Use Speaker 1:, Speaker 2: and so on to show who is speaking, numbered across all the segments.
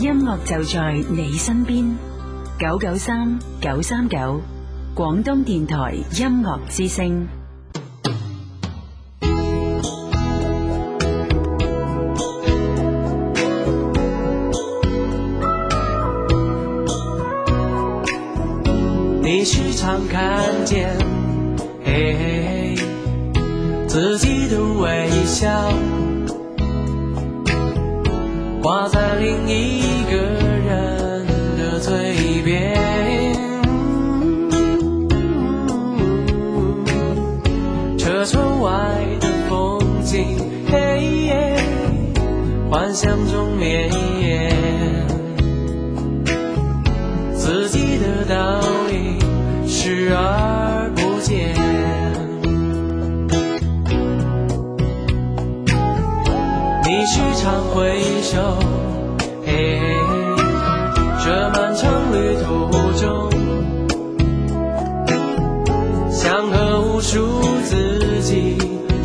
Speaker 1: 音樂就在你身邊，九九三九三九，廣東電台音樂之聲。
Speaker 2: 你时常看见，嘿嘿嘿，自己的微笑挂在另一个人的嘴边。车窗外的风景，嘿耶，幻想中绵延。自己的倒影视而不见。你时常回首，嘿嘿嘿，这漫长旅途中，想和无数自己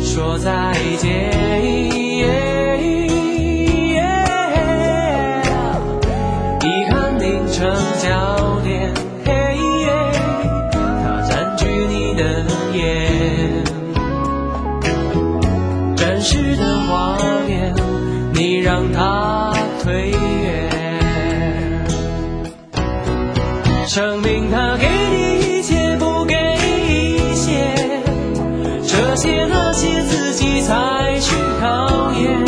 Speaker 2: 说再见。已看凝成焦点，嘿耶，它占据你的眼，真实的画面，你让它颓远。生命它给你一切，不给一些，这些那些自己才是考验。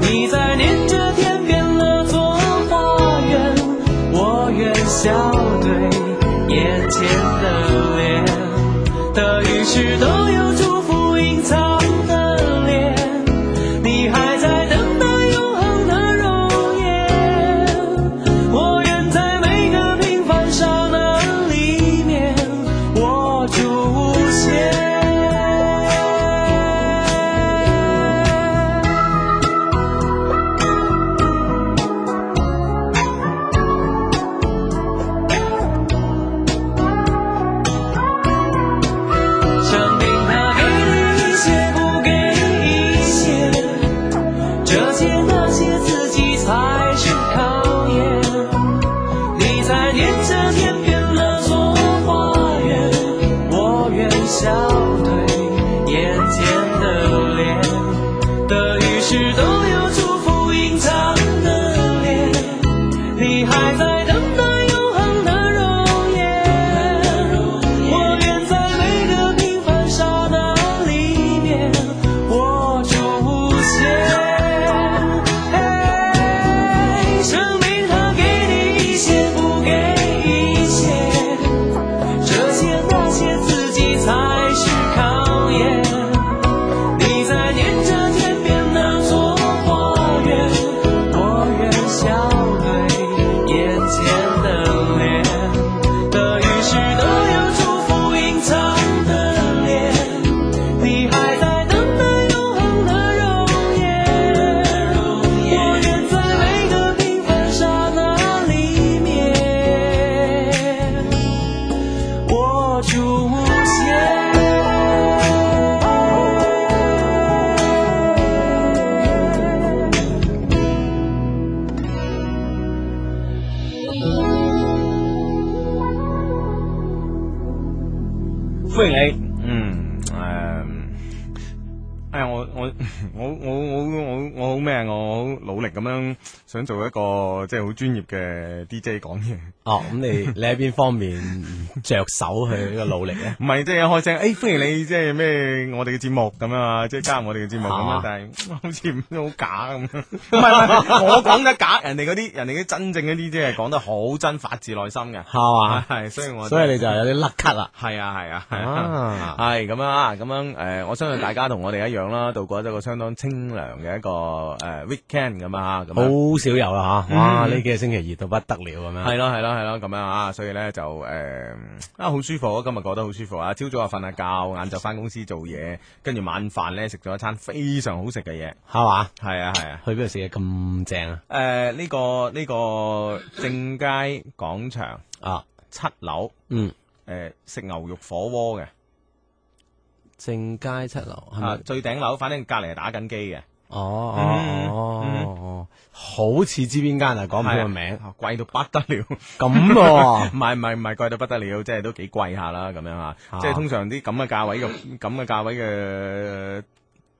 Speaker 2: 你在念着天边那座花园，我愿笑对眼前的脸。的雨是都有祝福隐藏的脸，你还在等待永恒的容颜。我愿在每个平凡刹那里面，我出现。生命它给你一些，不给一些，这些那些自己才是考验。你在念着天边那座花园，我愿笑对眼前的脸。的雨是都有祝福隐藏的脸，你还在等待永恒的容颜。我愿在每个平凡刹那里面，我出现。嘿，生命它给你一些，不给一些，这些那些自己才是考验。你在念着天边那座花园，我愿笑对眼前的脸。的雨是都有祝福隐藏的脸，你还在等待永恒的容颜。我愿在每个平凡刹那里面，我出现。
Speaker 3: 歡迎你。嗯，誒、哎呀，我我 我我我我我好咩啊？我好努力咁樣想做一個即係好專業嘅 DJ 講嘢，
Speaker 4: 哦，咁你你喺邊方面着手去呢個努力 咧？
Speaker 3: 唔係即係一開聲，誒、哎、歡迎你，即係咩我哋嘅節目咁樣啊，即係加入我哋嘅節目咁
Speaker 4: 啊
Speaker 3: 樣，但係 好似唔好假咁樣。唔係唔係，我講得假，人哋嗰啲人哋啲真正嗰啲 DJ 係講得好真，發自內心嘅。
Speaker 4: 係嘛？
Speaker 3: 係，所以我
Speaker 4: 所以你就有啲甩咳啦。
Speaker 3: 啊係啊係啊係啊。
Speaker 4: 啊，
Speaker 3: 系咁啊，咁样诶、呃我相信大家同我哋一樣啦，到度過咗一個相當清涼嘅一個诶 weekend 咁啊，咁
Speaker 2: 好
Speaker 3: 樣
Speaker 2: 少有啦吓，哇！
Speaker 3: 嗯
Speaker 2: 呢幾個星期熱到不得了咁樣。
Speaker 3: 係咯係咯係咯咁樣啊，所以咧就誒、啊好舒服啊，今日過得好舒服啊，朝早啊瞓下覺，晏晝翻公司做嘢，跟住晚飯咧食咗一餐非常好食嘅嘢，
Speaker 2: 係嘛？
Speaker 3: 係啊係啊，
Speaker 2: 去邊度食嘢咁正啊？
Speaker 3: 誒呢、個呢、個正佳廣場
Speaker 2: 啊，
Speaker 3: 七樓誒、
Speaker 2: 嗯，
Speaker 3: 食牛肉火鍋嘅，
Speaker 2: 正街七樓係
Speaker 3: 啊
Speaker 2: 咪？
Speaker 3: 最頂樓，反正隔離係打緊機嘅，
Speaker 2: 哦哦
Speaker 3: 嗯
Speaker 2: 哦哦，好似知邊間啊？講唔出個名
Speaker 3: 係啊貴到不得了。
Speaker 2: 咁啊喎
Speaker 3: 唔。係唔係唔係貴到不得了，即係都幾貴下啦咁樣吓，
Speaker 2: 啊
Speaker 3: 即係通常啲咁嘅價位嘅咁嘅價位嘅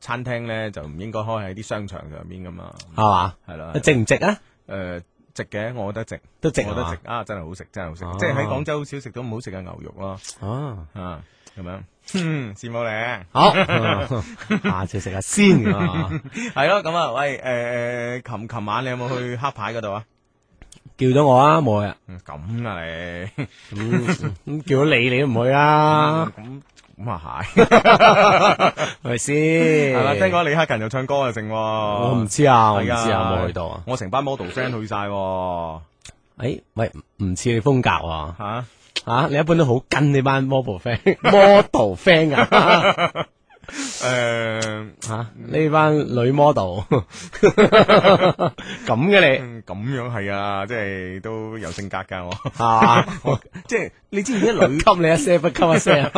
Speaker 3: 餐廳咧，就唔應該開喺啲商場上邊噶嘛，
Speaker 2: 係嘛？
Speaker 3: 係啦，
Speaker 2: 值唔值啊？
Speaker 3: 誒值嘅，我覺得值，
Speaker 2: 都值
Speaker 3: 我覺
Speaker 2: 啊
Speaker 3: 得值啊，真係好食，真係好食
Speaker 2: 哦，
Speaker 3: 即係喺廣州好少食到唔好食嘅牛肉咯，
Speaker 2: 哦，
Speaker 3: 啊咁樣，哼羨慕你。
Speaker 2: 好， 下次食下先咁啊！
Speaker 3: 係咯，咁啊，喂，誒誒，琴琴晚你有冇去黑牌嗰度啊？
Speaker 2: 叫咗我啊，冇啊，
Speaker 3: 嗯咁啊你，
Speaker 2: 咁咁叫咗你，你都唔去啦，
Speaker 3: 咁咁啊係，
Speaker 2: 係咪先？
Speaker 3: 係
Speaker 2: 係
Speaker 3: 啦，聽講李克勤又唱歌啊，正喎，我
Speaker 2: 我唔知啊，我唔知
Speaker 3: 係啊
Speaker 2: 啊，冇去到啊。
Speaker 3: 我成班 model friend 去晒喎
Speaker 2: 诶，喂，唔似你風格喎，
Speaker 3: 吓、
Speaker 2: 啊，你一般都好跟你班 model friend，model friend 啊，
Speaker 3: 诶、
Speaker 2: 吓啊呢班女 model 咁嘅
Speaker 3: 嗯咁樣係啊，即係都有性格噶我，
Speaker 2: 你係嘛？啊我
Speaker 3: 即係你知唔 知女？
Speaker 2: 給你一些不給一些，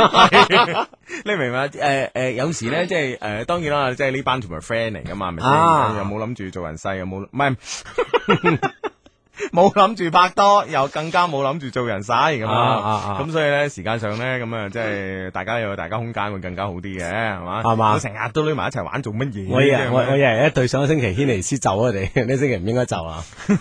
Speaker 3: 你明唔明啊？诶、诶、有時咧，即係诶、誒當然啦，即係呢班同埋 friend 嚟噶嘛，係咪
Speaker 2: 啊
Speaker 3: 先？又冇諗住做人世，又冇唔係 冇諗住拍拖，又更加冇諗住做人世咁
Speaker 2: 啊啊啊
Speaker 3: 啊！咁所以咧，時間上咧，咁啊，即係大家有大家空間會更加好啲嘅，係嘛？
Speaker 2: 係嘛
Speaker 3: 我成日都匿埋一齊玩做乜嘢啫？
Speaker 2: 我以為我
Speaker 3: 係咪
Speaker 2: 我以為一對上個星期軒尼斯走我哋， 呢星期唔應該走啊，
Speaker 3: 系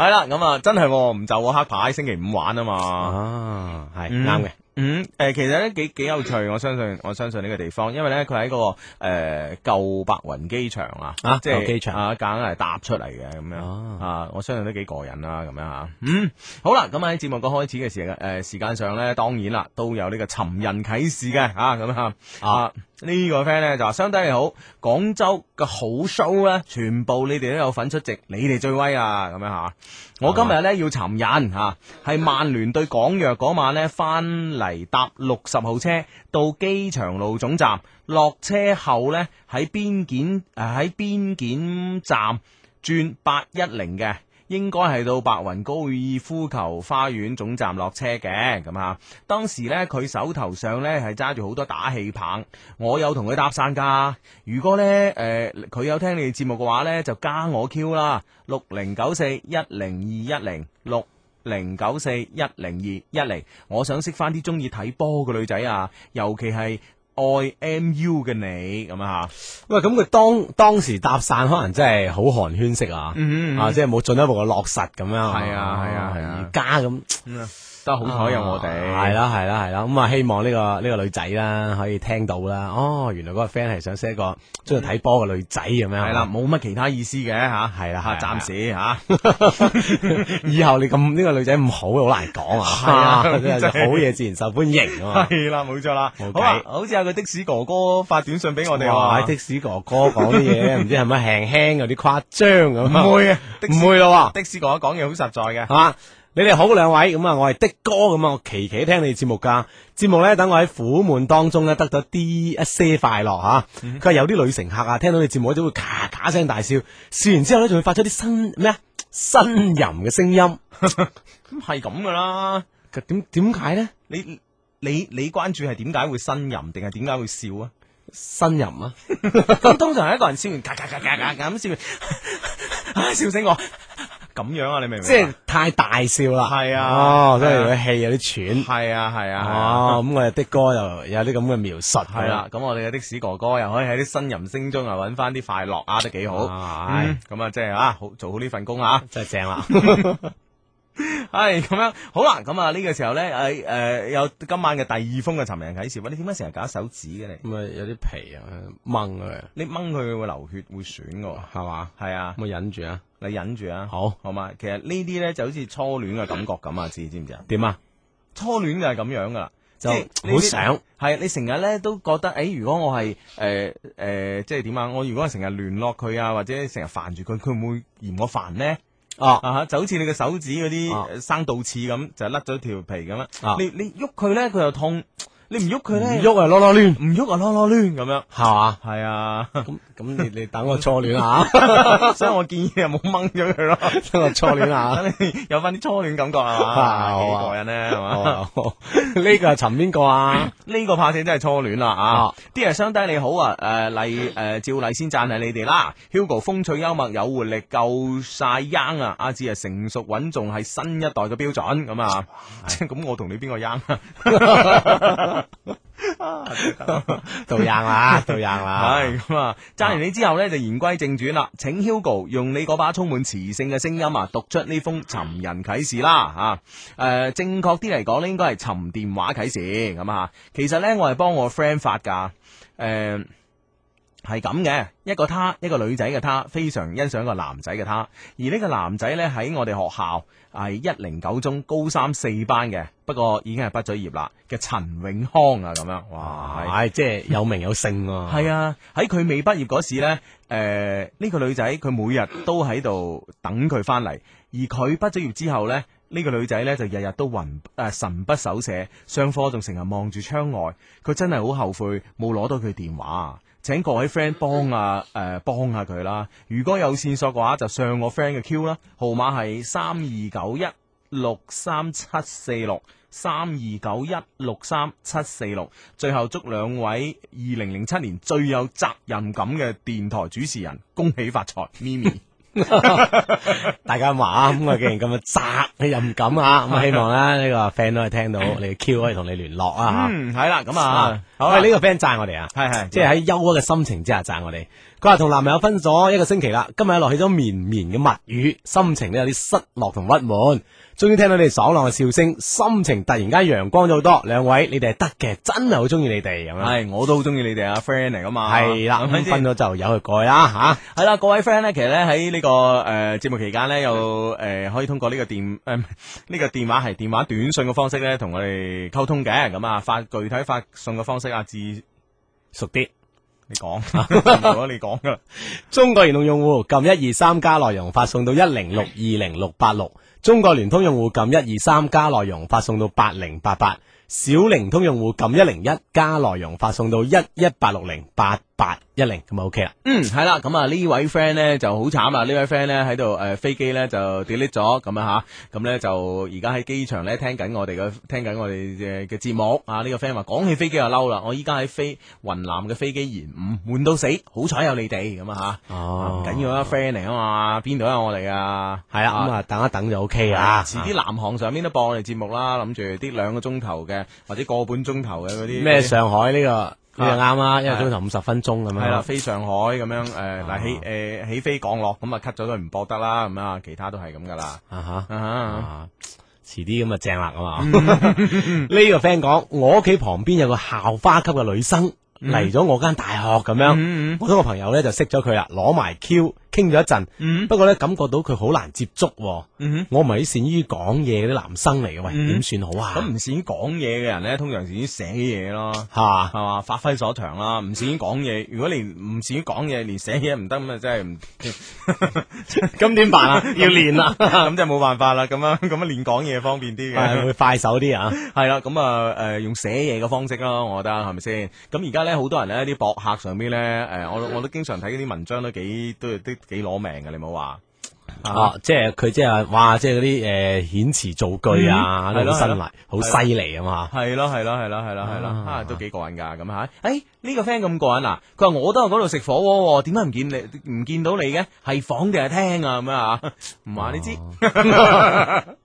Speaker 3: 啦，咁啊，真系我唔就我黑牌，星期五玩啊嘛。
Speaker 2: 啊，係
Speaker 3: 嗯
Speaker 2: 啱嘅，
Speaker 3: 嗯，诶、其實咧幾幾有趣，我相信我相信呢個地方，因為咧佢喺嗰個诶旧白雲機場啊，
Speaker 2: 啊
Speaker 3: 即係
Speaker 2: 舊機場
Speaker 3: 啊，梗係搭出嚟嘅咁
Speaker 2: 哦
Speaker 3: 樣啊，我相信都幾過癮啦，咁樣吓。嗯，好啦，咁喺節目嘅開始嘅時間诶、誒時間上咧，當然啦，都有呢個尋人啟事嘅吓，咁啊。啊呢個 friend 咧就話：相低你好，廣州嘅好 show 咧，全部你哋都有份出席，你哋最威啊！咁樣吓，我今日咧要尋人吓，係曼聯對港藥嗰晚咧翻嚟搭六十號車到機場路總站，落車後咧喺邊檢誒喺邊檢站轉八一零嘅。應該係到白雲高爾夫球花園總站落車嘅咁啊！當時呢，佢手頭上呢係揸住好多打氣棒，我有同佢搭訕㗎。如果呢，誒、佢有聽你哋節目嘅話呢，就加我 Q 啦，六零九四一零二一零六。零九四一零二一零，我想識翻啲中意睇波嘅女仔啊，尤其係愛 MU 嘅你咁啊
Speaker 2: 喂，咁佢當當時搭訕可能真係好寒暄式啊，
Speaker 3: 嗯嗯嗯
Speaker 2: 啊，即係冇進一步嘅落實咁樣。
Speaker 3: 係啊係啊係啊
Speaker 2: 而家咁
Speaker 3: 得好彩有我哋，
Speaker 2: 係啦係啦係啦，咁啊希望呢個呢個女仔啦可以聽到啦。哦，原來嗰個 friend 係想識一個中意睇波嘅女仔咁樣。
Speaker 3: 係啦，，冇乜其他意思嘅吓，
Speaker 2: 係啦
Speaker 3: 吓
Speaker 2: 係啦
Speaker 3: 暫時吓，
Speaker 2: 以後你咁呢個女仔咁好，好難講
Speaker 3: 係
Speaker 2: 啊。
Speaker 3: 啊
Speaker 2: 真係
Speaker 3: 真係
Speaker 2: 好嘢自然受歡迎啊嘛。
Speaker 3: 係啦，冇錯啦，
Speaker 2: 冇計
Speaker 3: 好啊，好似有個的士哥哥發短信俾 我哋
Speaker 2: 哇！
Speaker 3: 話
Speaker 2: 喺的士哥哥講啲嘢，唔知係咪輕輕有啲誇張咁啊？
Speaker 3: 唔會啊 的士
Speaker 2: 唔會咯喎。
Speaker 3: 的士哥哥講嘢好實在嘅，
Speaker 2: 吓、你哋好兩位，咁啊，我係的哥，咁啊，我期期聽你哋節目噶。節目咧，等我喺苦悶當中咧，得到啲一些快樂吓。
Speaker 3: 嗯
Speaker 2: 佢話有啲女乘客啊，聽到你節目都會咔咔聲大笑，笑完之後咧，仲會發出啲新咩啊呻吟嘅聲音。
Speaker 3: 咁係咁噶啦。
Speaker 2: 佢點點解咧？
Speaker 3: 你你你關注係點解會呻吟，定係點解會笑啊？
Speaker 2: 呻吟啊！
Speaker 3: 咁 通常係一個人笑完，咔 咔咔咔咔咁笑完，啊笑死我！咁樣啊，你明唔明啊？
Speaker 2: 即係太大笑啦。
Speaker 3: 係啊
Speaker 2: 哦，所以佢氣有啲喘。
Speaker 3: 係啊係啊係啊。
Speaker 2: 哦，咁我哋的哥又有啲咁嘅描述。
Speaker 3: 系啦，，咁我哋嘅的士哥哥又可以喺啲呻吟聲中啊揾翻啲快樂啊，都幾好。
Speaker 2: 唉
Speaker 3: 嗯咁啊，即係啊，好做好呢份工啊。
Speaker 2: 真係正 啦。
Speaker 3: 系咁样，好啦，咁啊呢個時候咧，诶、诶、有今晚嘅第二封嘅尋人啟事，喂，你點解成日搞手指嘅你？
Speaker 2: 咁啊，有啲皮啊，掹佢
Speaker 3: 你掹佢會流血會損噶，
Speaker 2: 係嘛？
Speaker 3: 係啊，
Speaker 2: 咁啊，忍住啊。
Speaker 3: 你忍住啊，
Speaker 2: 好
Speaker 3: 好嘛？其實呢啲咧就好似初戀嘅感覺咁啊，知知唔知啊？
Speaker 2: 點啊？
Speaker 3: 初戀就係咁樣噶啦，
Speaker 2: 就
Speaker 3: 即係你
Speaker 2: 好想
Speaker 3: 係你成日咧都覺得，誒、如果我係誒誒，即係點啊？我如果係成日聯絡佢啊，或者成日煩住佢，佢會唔會嫌我煩咧？
Speaker 2: 哦，
Speaker 3: 啊哈就好似你個手指嗰
Speaker 2: 啊
Speaker 3: 啲呃生倒刺咁，就甩咗條皮咁
Speaker 2: 啊
Speaker 3: 啦。你你喐佢咧，佢又痛；你唔喐佢
Speaker 2: 唔
Speaker 3: 咧，
Speaker 2: 喐啊，攞攞攣
Speaker 3: 唔喐啊，攞攞攣咁樣。
Speaker 2: 係嘛？
Speaker 3: 係啊，
Speaker 2: 咁咁你你等我初戀啊，
Speaker 3: 所以我建議你冇掹咗佢咯。
Speaker 2: 等我初戀 啊。
Speaker 3: 等你有翻啲初戀感覺係
Speaker 2: 啊
Speaker 3: 嘛，
Speaker 2: 好
Speaker 3: 幾
Speaker 2: 啊
Speaker 3: 過癮咧係嘛。
Speaker 2: 哦 好呢個係尋邊個啊？
Speaker 3: 呢個怕死真係初戀啦啊
Speaker 2: 啊！
Speaker 3: 啲人相低你好啊，誒例誒照例先讚下你哋啦。Hugo 風趣幽默有活力，夠晒 young 啊！阿志啊成熟穩重係新一代嘅標準咁啊！即係 咁我同你邊個 young 啊？
Speaker 2: 杜硬 啦，杜硬啦。
Speaker 3: 系咁啊！讚完你之後呢，就言歸正傳啦。請 Hugo 用你嗰把充滿磁性嘅聲音啊，讀出呢封尋人啟事啦啊吓。誒、正確啲嚟講呢，應該係尋電話啟事咁啊。其實呢，我係幫我 friend 發㗎。誒係咁嘅，一個他，一個女仔嘅他，非常欣賞一個男仔嘅他。而呢個男仔呢，喺我哋學校係一零九中高三四班嘅，不過已經係畢咗業啦嘅陳永康啊，咁樣哇！係
Speaker 2: 唉，即係有名有姓喎。
Speaker 3: 系啊，喺佢未畢業嗰時呢，诶、呢、個女仔佢每日都喺度等佢翻嚟，而佢畢咗業之後呢，呢、個女仔呢就日日都魂诶、神不守舍，上課仲成日望住窗外，佢真係好後悔冇攞到佢電話啊！請各位 friend 幫啊诶幫下佢啦，如果有線索嘅話，就上我 friend 嘅 Q 啦，號碼係三二九一六三七四六。三二九一六三七四六。最後祝兩位二零零七年最有責任感嘅電台主持人恭喜發財，Mimi。
Speaker 2: 大家話啊，咁啊，既然咁嘅責任感啊， 咁啊希望咧呢個 friend 都可以聽到你嘅 Q 可以同你聯絡啊
Speaker 3: 嗯，係啦，咁
Speaker 2: 吓。
Speaker 3: 啊，好啦
Speaker 2: 喂，，呢個 friend 讚我哋啊，
Speaker 3: 係係，
Speaker 2: 即係喺憂鬱嘅心情之下讚我哋。佢話同男朋友分咗一個星期啦，今日落起咗綿綿嘅密雨，心情咧有啲失落同鬱悶。終於聽到你哋爽朗嘅笑聲，心情突然間陽光咗好多。兩位你哋係得嘅，真係好中意你哋咁樣。
Speaker 3: 係我都好中意你哋啊，friend 嚟噶嘛，
Speaker 2: 係啦，
Speaker 3: 係咪
Speaker 2: 咁
Speaker 3: 先啊
Speaker 2: 分咗就由啊佢改啦吓。
Speaker 3: 系啦，各位 friend 咧，其實咧喺呢個诶节目期間咧，又诶呃可以通過呢個電诶呢個電話係電話短信嘅方式咧，同我哋溝通嘅。咁啊，發具體發送嘅方式，阿志你
Speaker 2: 熟啲。
Speaker 3: 講，如果你講噶啦。
Speaker 2: 中國移動用戶撳一二三加內容發送到一零六二零六八六，中國聯通用戶撳一二三加內容發送到八零八八，小靈通用戶撳一零一加內容發送到一一八六零八八一零，咁啊 OK 啦。
Speaker 3: 嗯，系啦，咁啊呢位 friend 咧就好慘啊！呢位 friend 咧喺度诶飛機咧就 delete 咗咁啊吓，咁咧就而家喺機場咧聽緊我哋嘅聽緊我哋嘅嘅節目啊！呢、個 friend 話講起飛機就嬲啦，我依家喺飛雲南嘅飛機延誤，悶到死，好彩有你哋咁啊吓，啊
Speaker 2: 哦
Speaker 3: 唔緊要啊，friend 嚟啊嘛，邊度有我哋啊？
Speaker 2: 係啦，咁啊等一等就 OK 啦
Speaker 3: 啊，。遲啲南航上面都播我哋節目啦，諗住啲兩個鐘頭嘅或者個半鐘頭嘅嗰啲
Speaker 2: 咩上海呢個呢個啱啊啦，一個
Speaker 3: 啊係
Speaker 2: 鐘頭五十分鐘咁樣。
Speaker 3: 系啦，飛上海咁樣
Speaker 2: 啊
Speaker 3: 诶，誒嗱、起诶、起飛降落咁啊 cut 咗佢唔播得啦，咁啊其他都係咁噶啦。
Speaker 2: 啊哈。
Speaker 3: 啊
Speaker 2: 啊，迟啲咁啊正啦咁啊！ 呢個 friend 講，我屋企旁邊有個校花級嘅女生嚟咗我間大學咁樣，
Speaker 3: 嗯
Speaker 2: 我同個朋友咧就識咗佢啦，攞埋 Q 傾咗一
Speaker 3: 嗯
Speaker 2: 陣，不過咧感覺到佢好難接觸喎，我唔係啲善於講嘢嗰啲男生嚟嘅，喂點算好啊？
Speaker 3: 咁唔善於講嘢嘅人咧，通常善於寫嘢咯，
Speaker 2: 係嘛
Speaker 3: 係嘛，發揮所長啦。唔善於講嘢，如果連唔善於講嘢，連寫嘢唔 得，咁啊真係
Speaker 2: 咁點辦 啊？要練啦
Speaker 3: 唔，，咁就冇辦法啦。咁樣 咁樣練講嘢方便啲
Speaker 2: 係
Speaker 3: 嘅。
Speaker 2: 會快手啲啊！
Speaker 3: 係啦，咁啊，诶、用寫嘢嘅方式咯，我覺得係咪先？咁而家咧，好多人咧啲博客上邊咧，诶、我我都經常睇嗰啲文章都幾都都幾攞命嘅，你冇話。
Speaker 2: 啊，即係佢即係哇，即係嗰啲诶遣詞造句啊，
Speaker 3: 嗯
Speaker 2: 都好
Speaker 3: 係咯
Speaker 2: 新
Speaker 3: 係
Speaker 2: 嚟
Speaker 3: 咯，
Speaker 2: 好犀利啊嘛！
Speaker 3: 系咯系咯系咯系咯系咯，
Speaker 2: 啊
Speaker 3: 啊都幾過癮㗎咁吓。诶呢個 friend 咁過癮啊，佢話我都喺嗰度食火鍋喎，點解唔見你唔見到你嘅？係房定係廳啊咁啊？ 唔話 你知，
Speaker 2: 哦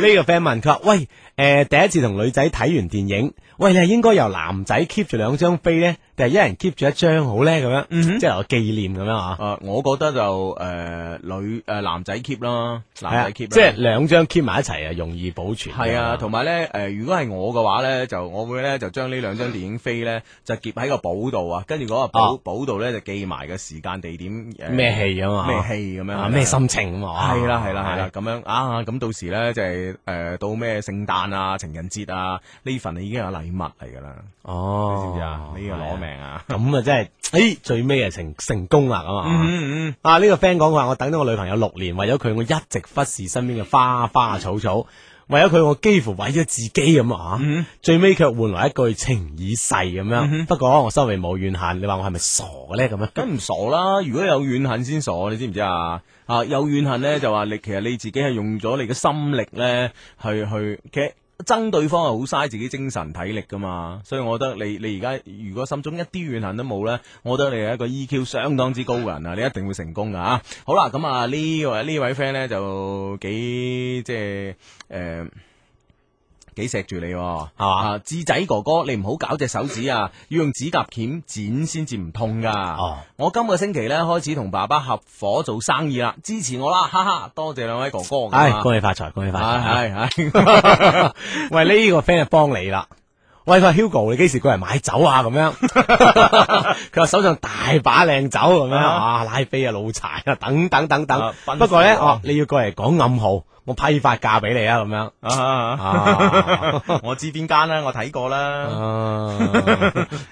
Speaker 2: 呢個 friend 問佢話：喂，诶、第一次同女仔睇完電影，喂，你係應該由男仔 keep 住兩張飛咧，定係一人 keep 住一張好咧？咁
Speaker 3: 嗯
Speaker 2: 樣，即係留個紀念咁樣啊？
Speaker 3: 诶我覺得就诶女诶男仔 keep 啦，男
Speaker 2: 係
Speaker 3: 仔
Speaker 2: 啊，即
Speaker 3: keep 啦
Speaker 2: 係兩張 keep 埋一齊啊，容易保存。
Speaker 3: 係啊，同埋咧，诶，如果係我嘅話咧，就我會咧就將呢兩張電影飛咧就夾喺個簿度啊，跟住嗰個
Speaker 2: 哦
Speaker 3: 簿簿度咧就記埋個時間、地點，誒
Speaker 2: 咩戲啊嘛？
Speaker 3: 咩戲咁樣
Speaker 2: 啊？咩心情啊嘛？
Speaker 3: 系啦系啦系啦，咁樣啊，咁到時咧就係诶到咩聖誕誕啊、情人節啊呢份已經有禮物嚟㗎啦，你知唔知啊
Speaker 2: 哦？，
Speaker 3: 呢個攞命啊！
Speaker 2: 咁啊，真係，诶，最尾啊成成功啦咁啊！
Speaker 3: 嗯嗯
Speaker 2: 啊！呢、個 friend 講佢話：我等咗我女朋友六年，為咗佢，我一直忽視身邊嘅花花草草，為咗佢，我幾乎毀咗自己咁啊！最尾卻換來一句情已逝咁樣。不過我心裏冇怨恨，你話我係咪傻嘅咧？咁 樣
Speaker 3: 咁唔傻啦！如果有怨恨先傻，你知唔知啊？啊，有怨恨咧就話你其實你自己係用咗你嘅心力咧去去，其實爭對方係好嘥自己精神體力噶嘛。所以我覺得你你而家如果心中一啲怨恨都冇咧，我覺得你係一個 EQ 相當之高嘅人啊，你一定會成功噶啊！好啦，咁啊呢位呢位 friend 咧就幾即係誒。呃幾錫住你喎，係
Speaker 2: 嘛
Speaker 3: 啊，志仔哥哥，你唔好搞隻手指啊，要用指甲鉗剪先至唔痛噶。
Speaker 2: 哦，
Speaker 3: 我今個星期咧開始同爸爸合伙做生意啦，支持我啦，哈哈！多謝兩位哥哥㗎嘛。
Speaker 2: 唉，恭喜發財，恭喜發財！
Speaker 3: 啊係係係
Speaker 2: 喂，呢、個 friend 就幫你啦。喂，佢話 Hugo，你幾時過嚟買酒啊？咁樣， 佢話手上大把靚酒咁樣，啊，拉菲啊、老柴啊，等等等等
Speaker 3: 啊。奔
Speaker 2: 不過咧，
Speaker 3: 富啊
Speaker 2: 哦，你要過嚟講暗號，我批發價俾你啊，咁樣。啊，
Speaker 3: 我知邊間啦，我睇過啦。
Speaker 2: 啊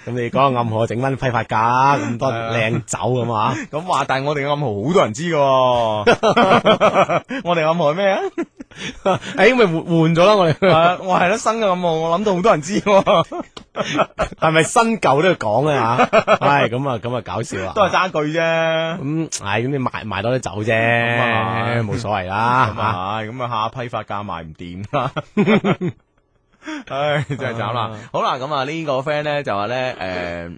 Speaker 2: 咁你講個暗號，整翻批發價啦，咁多靚酒咁啊。
Speaker 3: 咁話，但係我哋嘅暗號好多人知嘅喎， 我哋暗號係咩啊？
Speaker 2: 誒，哎咁咪換換咗啦，我哋
Speaker 3: 啊我係啦，新嘅暗號，我諗到好多人知喎，
Speaker 2: 係咪新舊都要講啊？嚇係咁啊，咁啊搞笑啊！
Speaker 3: 都係爭句啫。
Speaker 2: 咁，唉，咁你賣賣多啲酒啫
Speaker 3: 啊係，
Speaker 2: 冇所謂啦。
Speaker 3: 咁
Speaker 2: 嚇
Speaker 3: 啊係，咁啊下批發價賣唔掂 啦。唉，真係慘啦！好啦，咁啊呢個 friend 咧就話咧，诶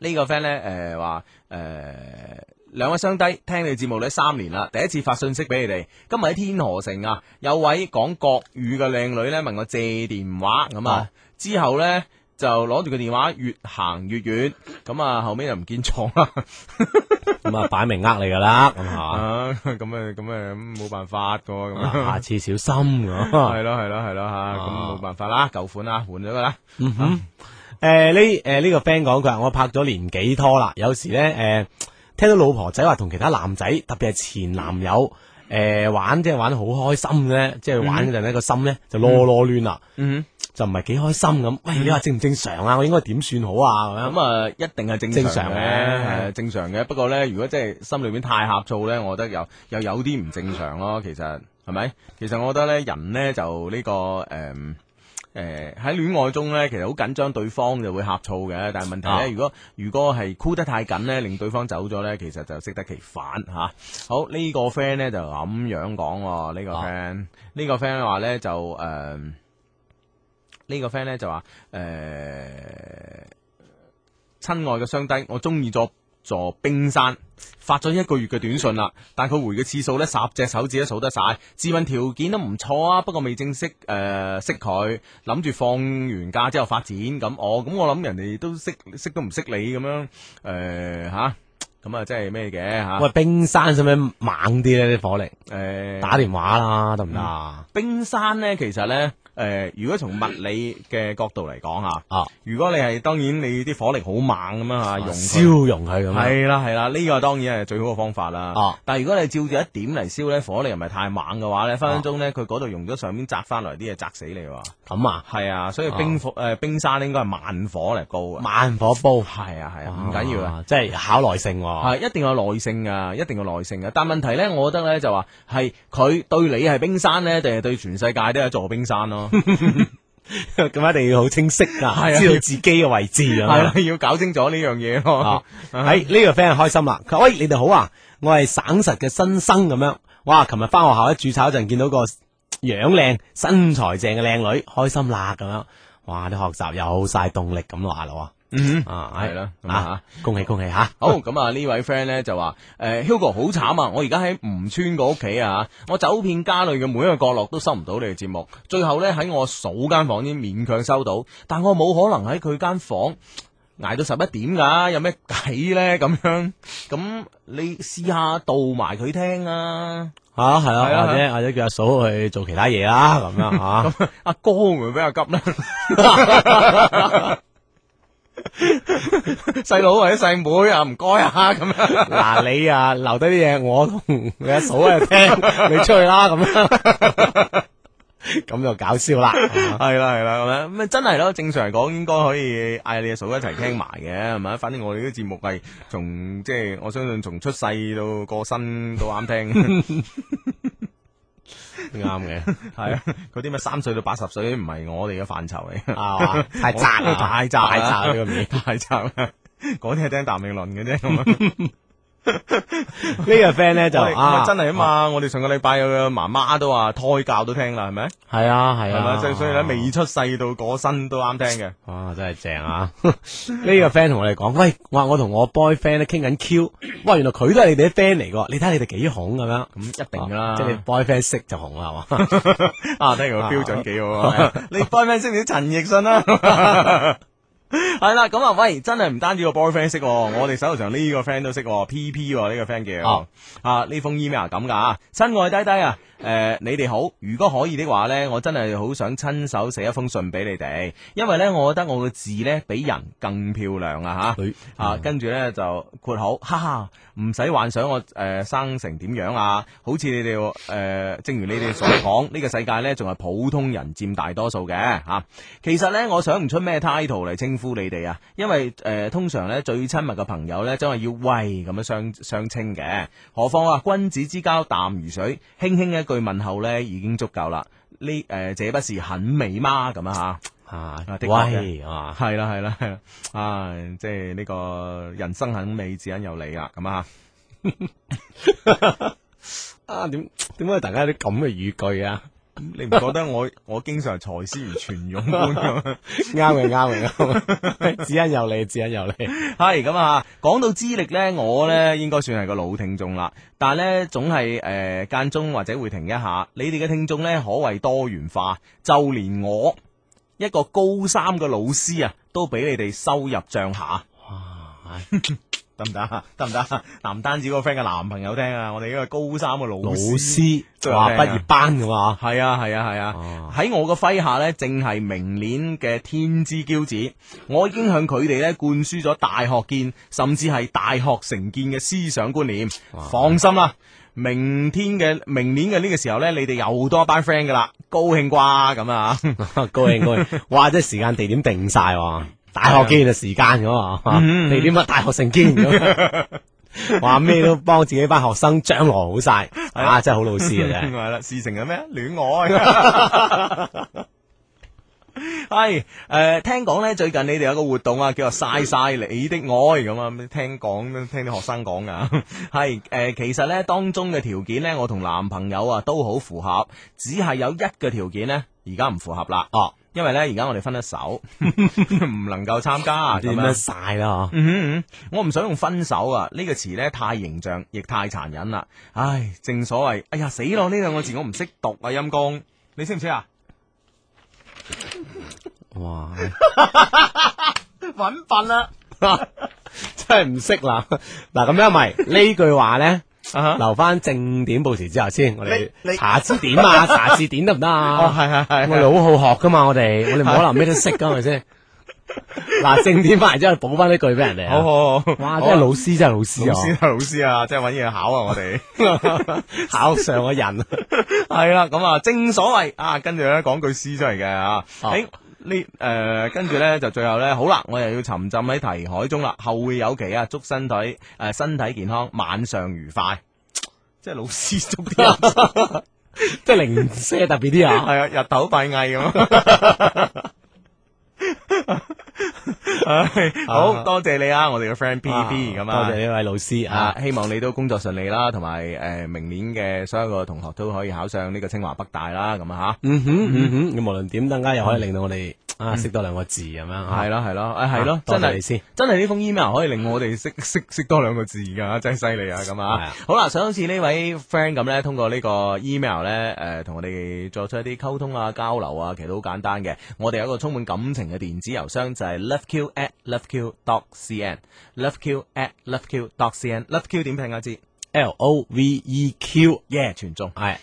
Speaker 3: 呢個 friend 咧，誒話誒兩位雙低聽你節目咧三年啦，第一次發信息俾你哋。今日喺天河城啊，有位講國語嘅靚女咧問我借電話咁啊，之後咧就攞住個電話越行越遠，咁啊後尾就唔見咗啦。
Speaker 2: 咁啊，擺明呃你噶啦，咁啊，
Speaker 3: 啊，咁啊咁啊冇辦法噶咁啊。
Speaker 2: 下次小心
Speaker 3: 系
Speaker 2: 咁。
Speaker 3: 咯系咯系咯吓，咁冇辦法啦，舊款啦，啊換咗佢啦。
Speaker 2: 诶，呢诶呢個 friend 講佢話我拍咗年幾拖啦，有時咧诶聽到老婆仔話同其他男仔，特別係前男友诶玩，即係玩得好開心咧，即係玩嗰陣咧個心咧就囉囉攣啦，
Speaker 3: 嗯，
Speaker 2: 就唔係幾開心咁。喂，你話正唔正常啊？我應該點算好啊？咁樣
Speaker 3: 咁啊，一定係正
Speaker 2: 正
Speaker 3: 常
Speaker 2: 常
Speaker 3: 嘅，
Speaker 2: 嘅
Speaker 3: 係正常嘅。不過咧，如果真係心裏邊太呷醋咧，我覺得又又有啲唔正常咯。其實係咪？其實我覺得咧，人咧就呢個诶。誒喺戀愛中咧，其實好緊張對方就會呷醋嘅，但係問題咧，
Speaker 2: 啊
Speaker 3: 如果如果係箍得太緊咧，令對方走咗咧，其實就適得其反嚇、好、呢個 friend 咧就咁樣講喎，呢、個
Speaker 2: 啊
Speaker 3: friend 呢個 friend 話咧就誒。呢個 friend 咧就話誒，親愛嘅雙低，我中意咗座冰山，發咗一個月嘅短信啦，但佢回嘅次數咧十隻手指都數得晒，自問條件都唔錯啊，不過未正式誒、呃、識佢，諗住放完假之後發展咁，我咁我諗人哋都識識都唔識你咁樣誒嚇，咁啊真係咩嘅
Speaker 2: 喂，
Speaker 3: 嚇
Speaker 2: 冰山使唔使猛啲咧？啲火力
Speaker 3: 誒
Speaker 2: 打電話啦，得唔得啊？
Speaker 3: 呃冰山咧，其實咧，誒、如果從物理嘅角度嚟講嚇，
Speaker 2: 啊
Speaker 3: 如果你係當然你啲火力好猛咁樣嚇，用
Speaker 2: 消
Speaker 3: 佢
Speaker 2: 嗯融佢咁樣。
Speaker 3: 係啦係啦，呢、個當然係最好嘅方法啦。
Speaker 2: 啊
Speaker 3: 但係如果你照住一點嚟燒咧，火力又唔係太猛嘅話咧，分分鐘咧佢嗰度用咗上面摘翻嚟啲嘢摘死你喎。
Speaker 2: 咁啊，
Speaker 3: 係啊，所以冰火誒、冰山應該係慢火嚟高啊。
Speaker 2: 慢火煲。
Speaker 3: 係啊係啊，唔緊要啊。
Speaker 2: 啊，即係考耐性喎。
Speaker 3: 系一定有耐性噶，一定有耐性噶。但問題咧，我覺得咧就話係佢對你係冰山咧，定係對全世界都係一座冰山 咯。
Speaker 2: 咁一定要好清晰啊，
Speaker 3: 係啊
Speaker 2: 知道自己嘅位置
Speaker 3: 系
Speaker 2: 啊。
Speaker 3: 啦，要搞清楚呢樣嘢
Speaker 2: 啊
Speaker 3: 咯。，
Speaker 2: 喺呢個 friend 開心啦，佢話喂你哋好啊，我係省實嘅新生咁樣，哇！琴日翻學校一注冊嗰陣見到個樣靚、身材正嘅靚女，開心啦咁樣，哇！啲學習有晒動力咁話咯
Speaker 3: 嗯
Speaker 2: 喎，，啊
Speaker 3: 係啦咁啊
Speaker 2: 啊，恭喜恭喜吓！
Speaker 3: 好咁啊！呢位 friend 咧就話：誒、Hugo 好慘啊！我而家喺吳村個屋企啊，我走遍家裏嘅每一個角落都收唔到你哋節目，最後咧喺我嫂間房先勉強收到，但我冇可能喺佢間房。捱到十一點㗎，有咩計咧？咁樣咁你試下導埋佢聽啊！
Speaker 2: 啊，係
Speaker 3: 係啊
Speaker 2: 啊，或者或者叫阿嫂去做其他嘢啦，咁樣啊，
Speaker 3: 阿哥會唔會比較急咧？ 細佬或者細妹啊，唔該啊，咁樣。
Speaker 2: 嗱你啊留啊低啲嘢，我同你阿嫂喺度聽，你出去啦咁樣。咁就搞笑啦。
Speaker 3: 系啦系啦咁样，咁真系咯，正常嚟講應該可以嗌你阿嫂一齊聽埋嘅，係咪？反正我哋啲節目係從即係我相信從出世到過身都啱聽，
Speaker 2: 啱
Speaker 3: 係啊，嗰啲咩三歲到八十歲唔係我哋嘅範疇嚟，
Speaker 2: 嘅，啊，太窄啦，
Speaker 3: 太窄啦
Speaker 2: 太窄啦呢個面。
Speaker 3: 太慘啦！嗰啲係聽譚詠麟嘅啫，咁樣
Speaker 2: 呢個 friend 咧就
Speaker 3: 我哋
Speaker 2: 啊，
Speaker 3: 真係啊嘛！我哋上個禮拜嘅媽媽都話胎教都聽啦，係咪？
Speaker 2: 係啊係
Speaker 3: 係咪？
Speaker 2: 啊，
Speaker 3: 所以所以咧，未出世到過身都啱聽嘅。
Speaker 2: 哇，真係正啊！ 呢個 friend 同我哋講，喂，我話我同我 boyfriend 咧傾緊 Q，哇，原來佢都係你哋啲 friend 嚟噶，你睇下你哋幾紅咁樣，
Speaker 3: 咁嗯一定㗎啦
Speaker 2: 即係你 boyfriend 識就紅啦，係嘛？
Speaker 3: 啊，睇嚟個標準幾好 啊！你 boyfriend 識唔識陳奕迅啊啦？係啦，咁啊，喂，真係唔單止個 boyfriend 識喎，我哋手頭上呢個 friend 都識喎，PP 喎呢個 friend 叫
Speaker 2: 哦
Speaker 3: 啊，呢封 email 咁噶啊，親愛低低啊，誒，你哋好，如果可以的話呢，我真係好想親手寫一封信俾你哋，因為呢，我覺得我嘅字呢比人更漂亮啊嚇
Speaker 2: 女。
Speaker 3: 啊，跟住呢就括號，哈哈，唔使幻想我誒、呃生成點樣啊，好似你哋誒、呃正如你哋所講，呢、個世界呢仲係普通人佔大多數嘅嚇、啊其實呢，我想唔出咩 title 嚟稱呼你哋啊，因為誒、呃通常呢，最親密嘅朋友呢，真係要喂咁樣相相稱嘅，何況啊君子之交淡如水，輕輕一句問候呢已經足夠啦。呢誒、呃這不是很美嗎？咁啊嚇。
Speaker 2: 啊
Speaker 3: 啊的確嘅
Speaker 2: 喂，啊，
Speaker 3: 系啦系啦系啦，啊，即系呢個人生很美，只因有你啦，咁啊，
Speaker 2: 啊點點解大家有啲咁嘅語句啊？
Speaker 3: 你唔覺得我 我经常才思如泉涌般咁？
Speaker 2: 啱啊嘅，啱 嘅，啱啊嘅，只因有你，只因有你。
Speaker 3: 係咁啊，講到資歷呢，我呢應該算係個老聽眾啦，但系咧總係诶间中或者會停一下。你哋嘅聽眾呢，可謂多元化，就連我一個高三嘅老師啊，都俾你哋收入帳下。
Speaker 2: 哇，
Speaker 3: 得唔得啊？得唔 得啊？嗱，唔單止個 friend 嘅男朋友聽啊，我哋呢個高三嘅老
Speaker 2: 老
Speaker 3: 師
Speaker 2: 師
Speaker 3: 真係
Speaker 2: 話
Speaker 3: 靚啊
Speaker 2: 畢業班㗎嘛，
Speaker 3: 系啊系啊系啊
Speaker 2: 哦！
Speaker 3: 喺、我嘅麾下呢，正係明年嘅天之驕子。我已經向佢哋呢灌輸咗大學見，甚至係大學成見嘅思想觀念。放心啦，明天嘅明年嘅呢個時候呢，你哋又多一班 friend 噶啦，高興啩咁啊！
Speaker 2: 高興高 興，哇！即係時間地點定晒喎，大學見就時間㗎嘛，啊
Speaker 3: 啊嗯嗯嗯
Speaker 2: 地點乜大學城見咁。啊 話咩都幫自己班學生張羅好晒，啊！真係好老師 嘅
Speaker 3: 係
Speaker 2: 啫。
Speaker 3: 啦，事情係咩？戀愛。 係誒、呃，聽講咧最近你哋有個活動啊，叫做晒晒你的愛咁啊，聽講聽啲學生講噶， 係誒、呃其實咧當中嘅條件咧，我同男朋友啊都好符合，只係有一個條件咧，而家唔符合啦，
Speaker 2: 哦，
Speaker 3: 因為咧而家我哋分咗手， 唔能夠參加咁
Speaker 2: 點
Speaker 3: 樣
Speaker 2: 樣。晒啦？
Speaker 3: 嗯哼嗯，我唔想用分手啊呢、個詞呢太形象，亦太殘忍啦。唉，正所謂，哎呀死咯！呢兩個字我唔識讀啊，陰公，你識唔識啊？
Speaker 2: 嗬哇！
Speaker 3: 揾笨
Speaker 2: 啊
Speaker 3: 啦！
Speaker 2: 真係唔識啦。嗱，咁樣咪呢句話咧，
Speaker 3: 啊哈
Speaker 2: 留翻正點報時之後先，我哋
Speaker 3: 你你
Speaker 2: 查字典 啊，查字典得唔得
Speaker 3: 哦，
Speaker 2: 啊？
Speaker 3: 係係係
Speaker 2: 我
Speaker 3: 係，
Speaker 2: 哋好好學噶嘛，我哋我哋冇可能咩都識噶，係咪 先？嗱，正點翻嚟之後補翻呢句俾人哋啊。
Speaker 3: 好好好，
Speaker 2: 哇！
Speaker 3: 好
Speaker 2: 真係老師真係老師
Speaker 3: 老師
Speaker 2: 啊，
Speaker 3: 啊，老師啊，真係揾嘢考啊，我哋。
Speaker 2: 考上嘅人。
Speaker 3: 系啦，咁啊，正所謂啊，跟住咧講句詩出嚟嘅啊，
Speaker 2: 哦
Speaker 3: 诶呢诶，跟住咧就最後咧，好啦，我又要沉浸喺題海中啦，後會有期啊，祝身體诶、呃身體健康，晚上愉快，即係老師祝啲人
Speaker 2: 即係零舍特別啲啊！
Speaker 3: 係啊，日頭閉翳咁。唉好多謝你啊，我哋嘅 friend P P 咁啊
Speaker 2: 多。謝呢位老師啊
Speaker 3: 啊！，希望你都工作順利啦，同埋誒明年嘅所有嘅同學都可以考上呢個清華北大啦，咁啊
Speaker 2: 嗯哼嗯哼，咁無論點，等間又可以令到我哋啊識多兩個字咁樣
Speaker 3: 吓，嗯係
Speaker 2: 啊。
Speaker 3: 咯係咯，誒係咯
Speaker 2: 啊，
Speaker 3: 真
Speaker 2: 多謝你
Speaker 3: 係
Speaker 2: 先
Speaker 3: 真係呢封 email 可以令我哋識識識多兩個字㗎，真係犀利啊咁
Speaker 2: 係
Speaker 3: 啊
Speaker 2: 啊！
Speaker 3: 好啦，想好似呢位 friend 咁咧，通過呢個 email 咧誒同我哋作出一啲溝通啊、交流啊，其實都好簡單嘅。我哋有一個充滿感情嘅電子郵箱就係 loveq at loveq dot cn，loveq at loveq dot cn，loveq 點拼啊？知？
Speaker 2: L O V E Q，yeah 全中系哎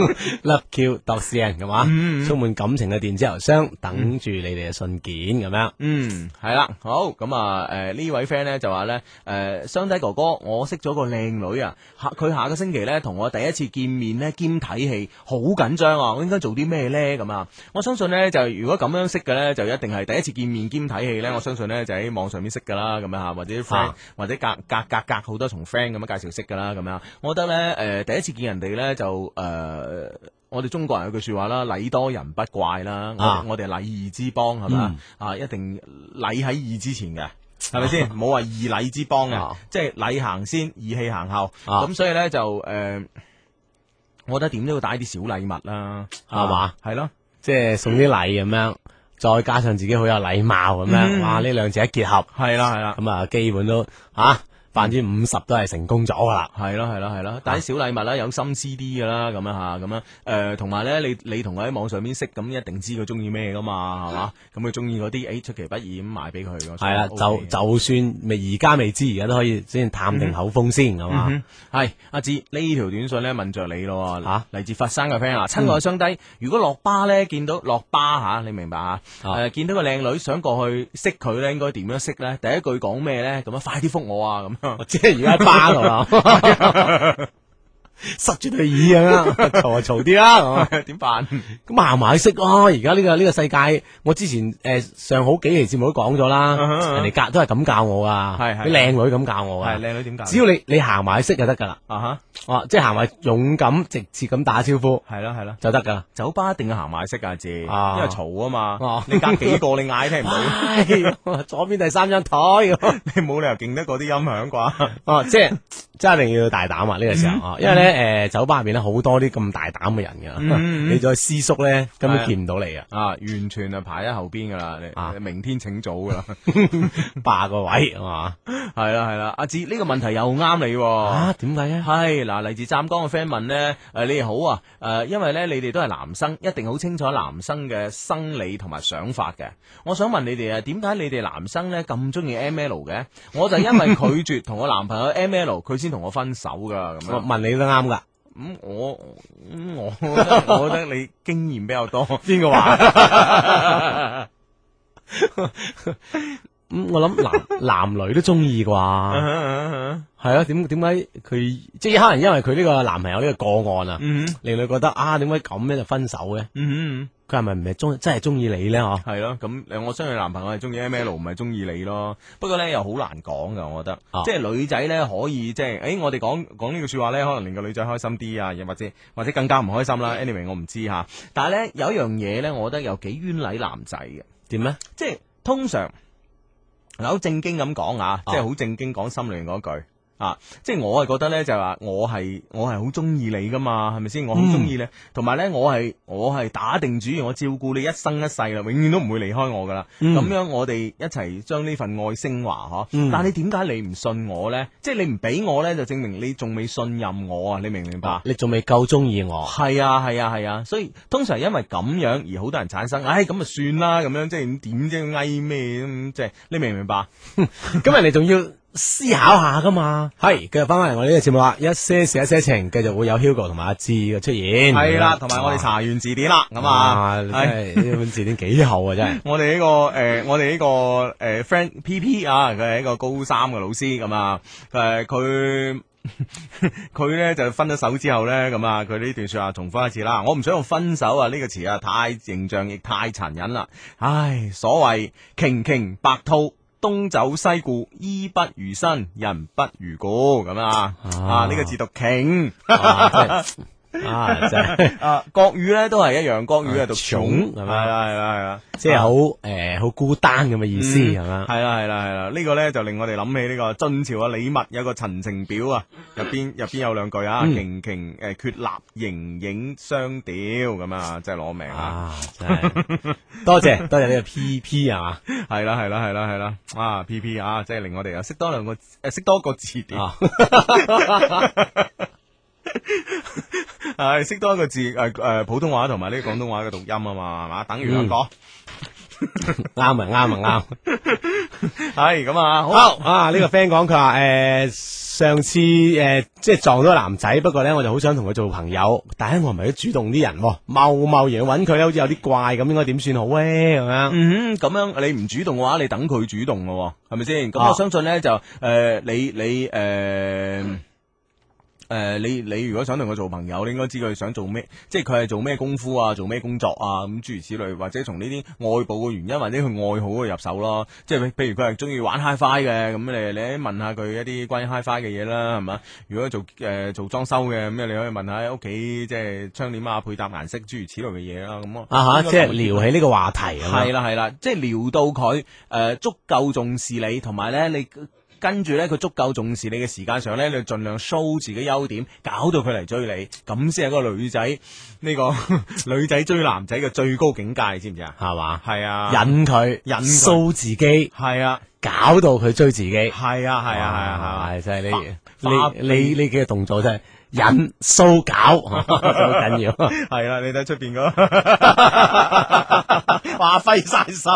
Speaker 2: love q dot c n 咁嘛，
Speaker 3: 嗯
Speaker 2: 充滿感情嘅電子郵箱等住你哋嘅信件咁樣。
Speaker 3: 嗯，系啦，好咁啊，诶、呢位 friend 咧就话咧，诶、雙低哥哥，我識咗個靚女啊，下佢下個星期咧同我第一次見面咧兼睇戲，好緊張啊，我應該做啲咩咧咁啊？我相信咧就如果咁樣識嘅咧，就一定係第一次見面兼睇戲咧，我相信咧就喺網上面識噶啦，咁樣吓，或者 friend、
Speaker 2: 啊
Speaker 3: 或者隔隔隔隔好多重 friend 咁樣介紹識噶啦，咁樣，我覺得咧诶、誒第一次見人哋咧就诶。誒我哋中國人有句说話啦，禮多人不怪啦，我哋
Speaker 2: 啊
Speaker 3: 我哋禮儀之邦係咪啊
Speaker 2: 嗯？
Speaker 3: 啊，一定禮喺義之前嘅。係咪 先？冇話二禮之邦嘅
Speaker 2: 啊，
Speaker 3: 即係禮行先，義氣行後。
Speaker 2: 啊
Speaker 3: 咁所以咧就诶，我覺得點都要帶啲小禮物啦，
Speaker 2: 係嘛
Speaker 3: 啊？係咯，
Speaker 2: 即係送啲禮咁樣，再加上自己好有禮貌咁樣，
Speaker 3: 嗯
Speaker 2: 哇！呢兩者一結合，
Speaker 3: 係啦，係啦。
Speaker 2: 咁啊，基本都吓百分之五十都係成功咗噶啦。
Speaker 3: 係咯係咯係咯，但係小禮物啦，有心思啲噶啦，咁樣吓，咁樣诶，誒同埋咧，你你同佢喺網上面識，咁一定知佢中意咩噶嘛，係嘛？咁佢中意嗰啲，诶，出其不意咁買俾佢嘅。
Speaker 2: 係啦，
Speaker 3: 我覺得哦
Speaker 2: 就
Speaker 3: OK 嘅
Speaker 2: 就算未而家未知，而家都可以先探定口風先，啊係嘛？
Speaker 3: 嗯系阿志呢條短信咧問着你咯，
Speaker 2: 嚇
Speaker 3: 嚟自佛山嘅 friend 啊，親愛相低，如果落巴咧見到落巴吓，你明白啊？
Speaker 2: 啊
Speaker 3: 誒見到個靚女想過去識佢咧，應該點樣識咧？第一句講咩咧？咁樣快啲覆我啊！咁樣。
Speaker 2: 即係而家喺巴度啦， 塞住對耳咁樣， 嘈就嘈啲啦。啊係嘛
Speaker 3: 點辦？
Speaker 2: 咁行埋去識咯，而家呢個呢個世界，我之前誒上好幾期節目都講咗啦，
Speaker 3: 嗯哼
Speaker 2: 人哋隔都係咁教我噶，
Speaker 3: 係係
Speaker 2: 啲靚女咁教我
Speaker 3: 係
Speaker 2: 噶，
Speaker 3: 靚女點解？
Speaker 2: 只要你你行埋去識就得噶啦，
Speaker 3: 啊
Speaker 2: 哦，即係行埋去勇敢直接咁打招呼
Speaker 3: 吓，係啦係啦，
Speaker 2: 就得噶啦。
Speaker 3: 酒吧一定要行埋識啊，阿志，因為
Speaker 2: 啊
Speaker 3: 嘈啊嘛
Speaker 2: 哦，
Speaker 3: 你隔幾個你嗌聽唔 到，
Speaker 2: 唉，左邊第三張台咁，
Speaker 3: 你冇理由勁得過啲音響啩？
Speaker 2: 哦，即係真係一定要大膽啊！呢個時候啊，因為咧誒酒吧入邊咧好多啲咁大膽嘅 人噶，你再私縮咧根
Speaker 3: 係啊
Speaker 2: 本見唔到你啊，
Speaker 3: 啊，完全係排喺後邊噶啦，
Speaker 2: 啊
Speaker 3: 你你明天請早噶啦。
Speaker 2: 霸個位係嘛？
Speaker 3: 系啦系啦，阿志呢個問題又啱你喎。
Speaker 2: 啊，點解咧？
Speaker 3: 係嗱，嚟自湛江嘅 friend 問呢，诶、你哋好啊，诶、因為呢，你哋都係男生，一定好清楚男生嘅生理同埋想法嘅。我想問你哋啊，點解你哋男生呢咁中意 M L 嘅？我就因為拒絕同我男朋友 M L，佢先同我分手噶咁
Speaker 2: 我
Speaker 3: 樣。
Speaker 2: 問你都啱噶。
Speaker 3: 咁、我，咁我覺得，我覺得你經驗比較多。邊個話？
Speaker 2: 咁嗯我諗男男女都中意
Speaker 3: 啊
Speaker 2: 啩，係咯？點點解佢即係可能因為佢呢個男朋友呢個個案啊，
Speaker 3: 嗯
Speaker 2: 令你覺得啊，點解咁樣就分手嘅？
Speaker 3: 嗯，
Speaker 2: 佢係咪唔係中真係中意你咧？嗬？
Speaker 3: 系咯，咁誒我相信男朋友係中意 M L，唔係中意你咯。不過咧又好難講噶，我覺得，
Speaker 2: 啊
Speaker 3: 即係女仔咧可以即係，诶、我哋講講呢句说話咧，可能令個女仔開心啲啊，又或者或者更加唔開心
Speaker 2: 嗯
Speaker 3: 啦。anyway，我唔知吓，但係咧有一樣嘢咧，我覺得有幾冤禮男仔嘅，
Speaker 2: 點咧？
Speaker 3: 即係通常嗱好正經咁講啊，即係好正經講心裏面嗰句。啊，即係我係覺得咧，就係話我係我係好中意你噶嘛，係咪先？我好中意你，同埋咧，我係我係打定主意，我照顧你一生一世啦，永遠都唔會離開我噶啦。咁、樣我哋一齊將呢份愛升華嗬。
Speaker 2: 嗯
Speaker 3: 但係你點解你唔信我咧？即係你唔俾我咧，就證明你仲未信任我啊！你明唔明白？
Speaker 2: 你仲未夠中意我？
Speaker 3: 係啊係啊係啊，所以通常因為咁樣而好多人產生，唉咁咪算啦，咁樣即係點啫，嗌咩咁即係你明唔明白？
Speaker 2: 咁人哋仲要思考下噶嘛？係，繼續翻返嚟我哋呢個節目啦，一些事一些情，繼續會有 Hugo 同埋阿志嘅出現。
Speaker 3: 係啦，同埋我哋查完字典啦，咁啊，
Speaker 2: 哇，你真
Speaker 3: 係
Speaker 2: 係呢本字典幾厚啊！真係。
Speaker 3: 我哋呢、個誒、呃我哋呢、個誒、呃 friend P P 啊，佢係一個高三嘅老師咁啊，誒佢 佢咧就分咗手之後咧，咁啊，佢呢段説話重複一次啦。我唔想用分手啊呢、個詞啊，太形象亦太殘忍啦。唉，所謂瓊瓊白兔。東走西顧，衣不如新，人不如故，咁啊，啊呢個字讀瓊，
Speaker 2: 啊真係啊，真係
Speaker 3: 啊國語咧都係一樣，國語係讀
Speaker 2: 啊瓊係
Speaker 3: 瓊，係
Speaker 2: 咪
Speaker 3: 咪？係啦係啦係啦，啊
Speaker 2: 即係好诶，誒好孤單咁嘅意思
Speaker 3: 嗯
Speaker 2: 係嘛？
Speaker 3: 系啦系啦系啦，呢個咧就令我哋諗起呢個晉朝嘅啊李密有個陳情表啊，入
Speaker 2: 嗯
Speaker 3: 邊入邊有兩句啊，瓊瓊誒缺立形影相吊咁啊，真係攞命啊！
Speaker 2: 啊，真係多謝多謝呢個啊 P P 係 嘛
Speaker 3: 係啦係啦係啦係啦，啊 P P 啊，即係令我哋又識多兩個誒識多個字典，
Speaker 2: 啊，
Speaker 3: 係識多一個字誒誒普通話同埋呢個廣東
Speaker 2: 嗯
Speaker 3: 話嘅讀音啊嘛，係嘛，等於兩個。
Speaker 2: 啱啊啱啊啱，
Speaker 5: 系咁啊，好
Speaker 2: 好啊！呢、個 friend 講佢話诶，誒上次诶、誒即係撞到個男仔，不過咧我就好想同佢做朋友，但係我唔係好主動啲人喎，貿貿然去揾佢咧，好似有啲怪咁，應該點算好咧？咁樣
Speaker 3: 嗯哼，咁樣你唔主動嘅話，你等佢主動咯喎，係咪先？咁
Speaker 2: 啊
Speaker 3: 我相信咧就诶、呃你你诶。呃诶、你你如果想同佢做朋友，你應該知佢想做咩，即係佢係做咩功夫啊，做咩工作啊，咁諸如此類，或者從呢啲外部嘅原因或者佢愛好嗰度入手咯。即係譬譬如佢係中意玩 HiFi 嘅，咁你你問下佢一啲關於 HiFi 嘅嘢啦，係嘛？如果做誒、呃做裝修嘅，咁你可以問下屋企即係窗簾啊、配搭顏色諸如此類嘅嘢啦。咁
Speaker 2: 啊吓，即係
Speaker 3: 聊。
Speaker 2: 聊起呢個話題咁樣
Speaker 3: 系啦系啦，即系聊到佢诶、呃足夠重視你，同埋咧你跟住咧佢足夠重視你嘅時間上咧，你盡量 show 自己優點，搞到佢嚟追你，咁先係個女仔呢、個 女仔追男仔嘅最高境界，你知唔知啊？
Speaker 2: 係嘛，
Speaker 3: 係啊，
Speaker 2: 引佢
Speaker 3: 引佢
Speaker 2: 骚自己，
Speaker 3: 係啊，
Speaker 2: 搞到佢追自己，係
Speaker 3: 係啊，係啊，係啊，係啊，
Speaker 2: 係真係
Speaker 3: 發
Speaker 2: 呢呢呢呢幾個動作真係引骚搞 好緊要。
Speaker 3: 係啦，你睇出邊個， 哇，揮晒手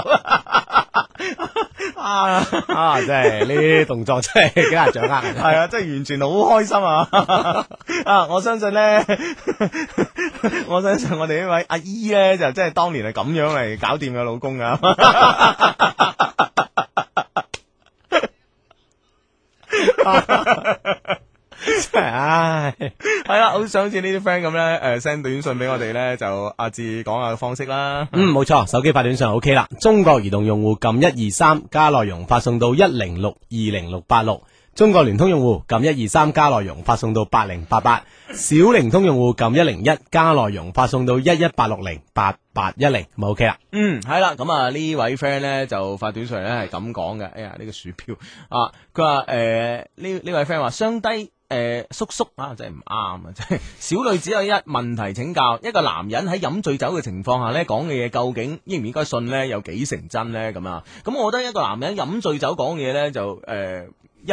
Speaker 3: 啊！
Speaker 2: 啊！真係呢啲動作真係幾難掌握嘅。
Speaker 3: 系啊，真系完全好開心啊！ 啊，我相信咧， 我相信我哋呢位阿姨咧，就真係當年係咁樣嚟搞掂嘅老公啊！
Speaker 2: 真係唉，
Speaker 3: 係啦，好想好似呢啲 friend 咁咧，诶 send 短信俾我哋咧，就阿志講下方式啦。
Speaker 2: 嗯，冇錯，手機發短信 O K 啦。中國移動用戶撳一二三加內容發送到一零六二零六八六。中國聯通用戶撳一二三加內容發送到八零八八，小靈通用戶撳一零一加內容發送到一一八六零八八一零，咪 OK 啦。
Speaker 3: 嗯，係啦，咁啊呢位 friend 咧就發短信咧係咁講嘅，哎呀呢、個鼠標啊，佢話诶呢呢位 friend 話相低。诶、叔叔啊，真係唔啱啊！真係小女只有一問題請教，一個男人喺飲醉酒嘅情況下咧講嘅嘢，究竟應唔應該信咧？有幾成真咧？咁啊，咁我覺得一個男人飲醉酒講嘅嘢咧，就诶、呃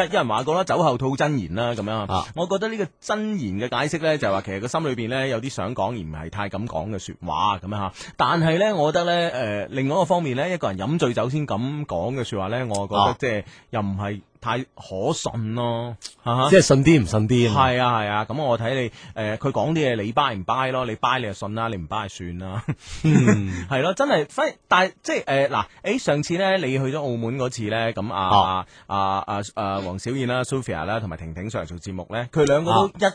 Speaker 3: 一一人話過啦，酒後吐真言啦，咁樣。
Speaker 2: 啊
Speaker 3: 我覺得呢個真言嘅解釋咧，就係話其實個心裏邊咧有啲想講而唔係太敢講嘅説話咁樣嚇。但係咧，我覺得咧，誒、另外一個方面咧，一個人飲醉酒先咁講嘅説話咧，我
Speaker 2: 啊
Speaker 3: 覺得即係又唔係太可信咯，嚇、
Speaker 2: 即係信啲唔信啲啊嘛。
Speaker 3: 係啊係啊，咁我睇你誒，佢講啲嘢你 buy 唔 buy 咯，你 buy 你就信啦，你唔 buy 就算啦。係咯，真係，反但係即係誒嗱，誒上次咧你去咗澳門嗰次咧，咁啊啊啊啊黃小燕啦、Sophia 啦同埋婷婷上嚟做節目咧，佢兩個都
Speaker 2: 啊
Speaker 3: 一。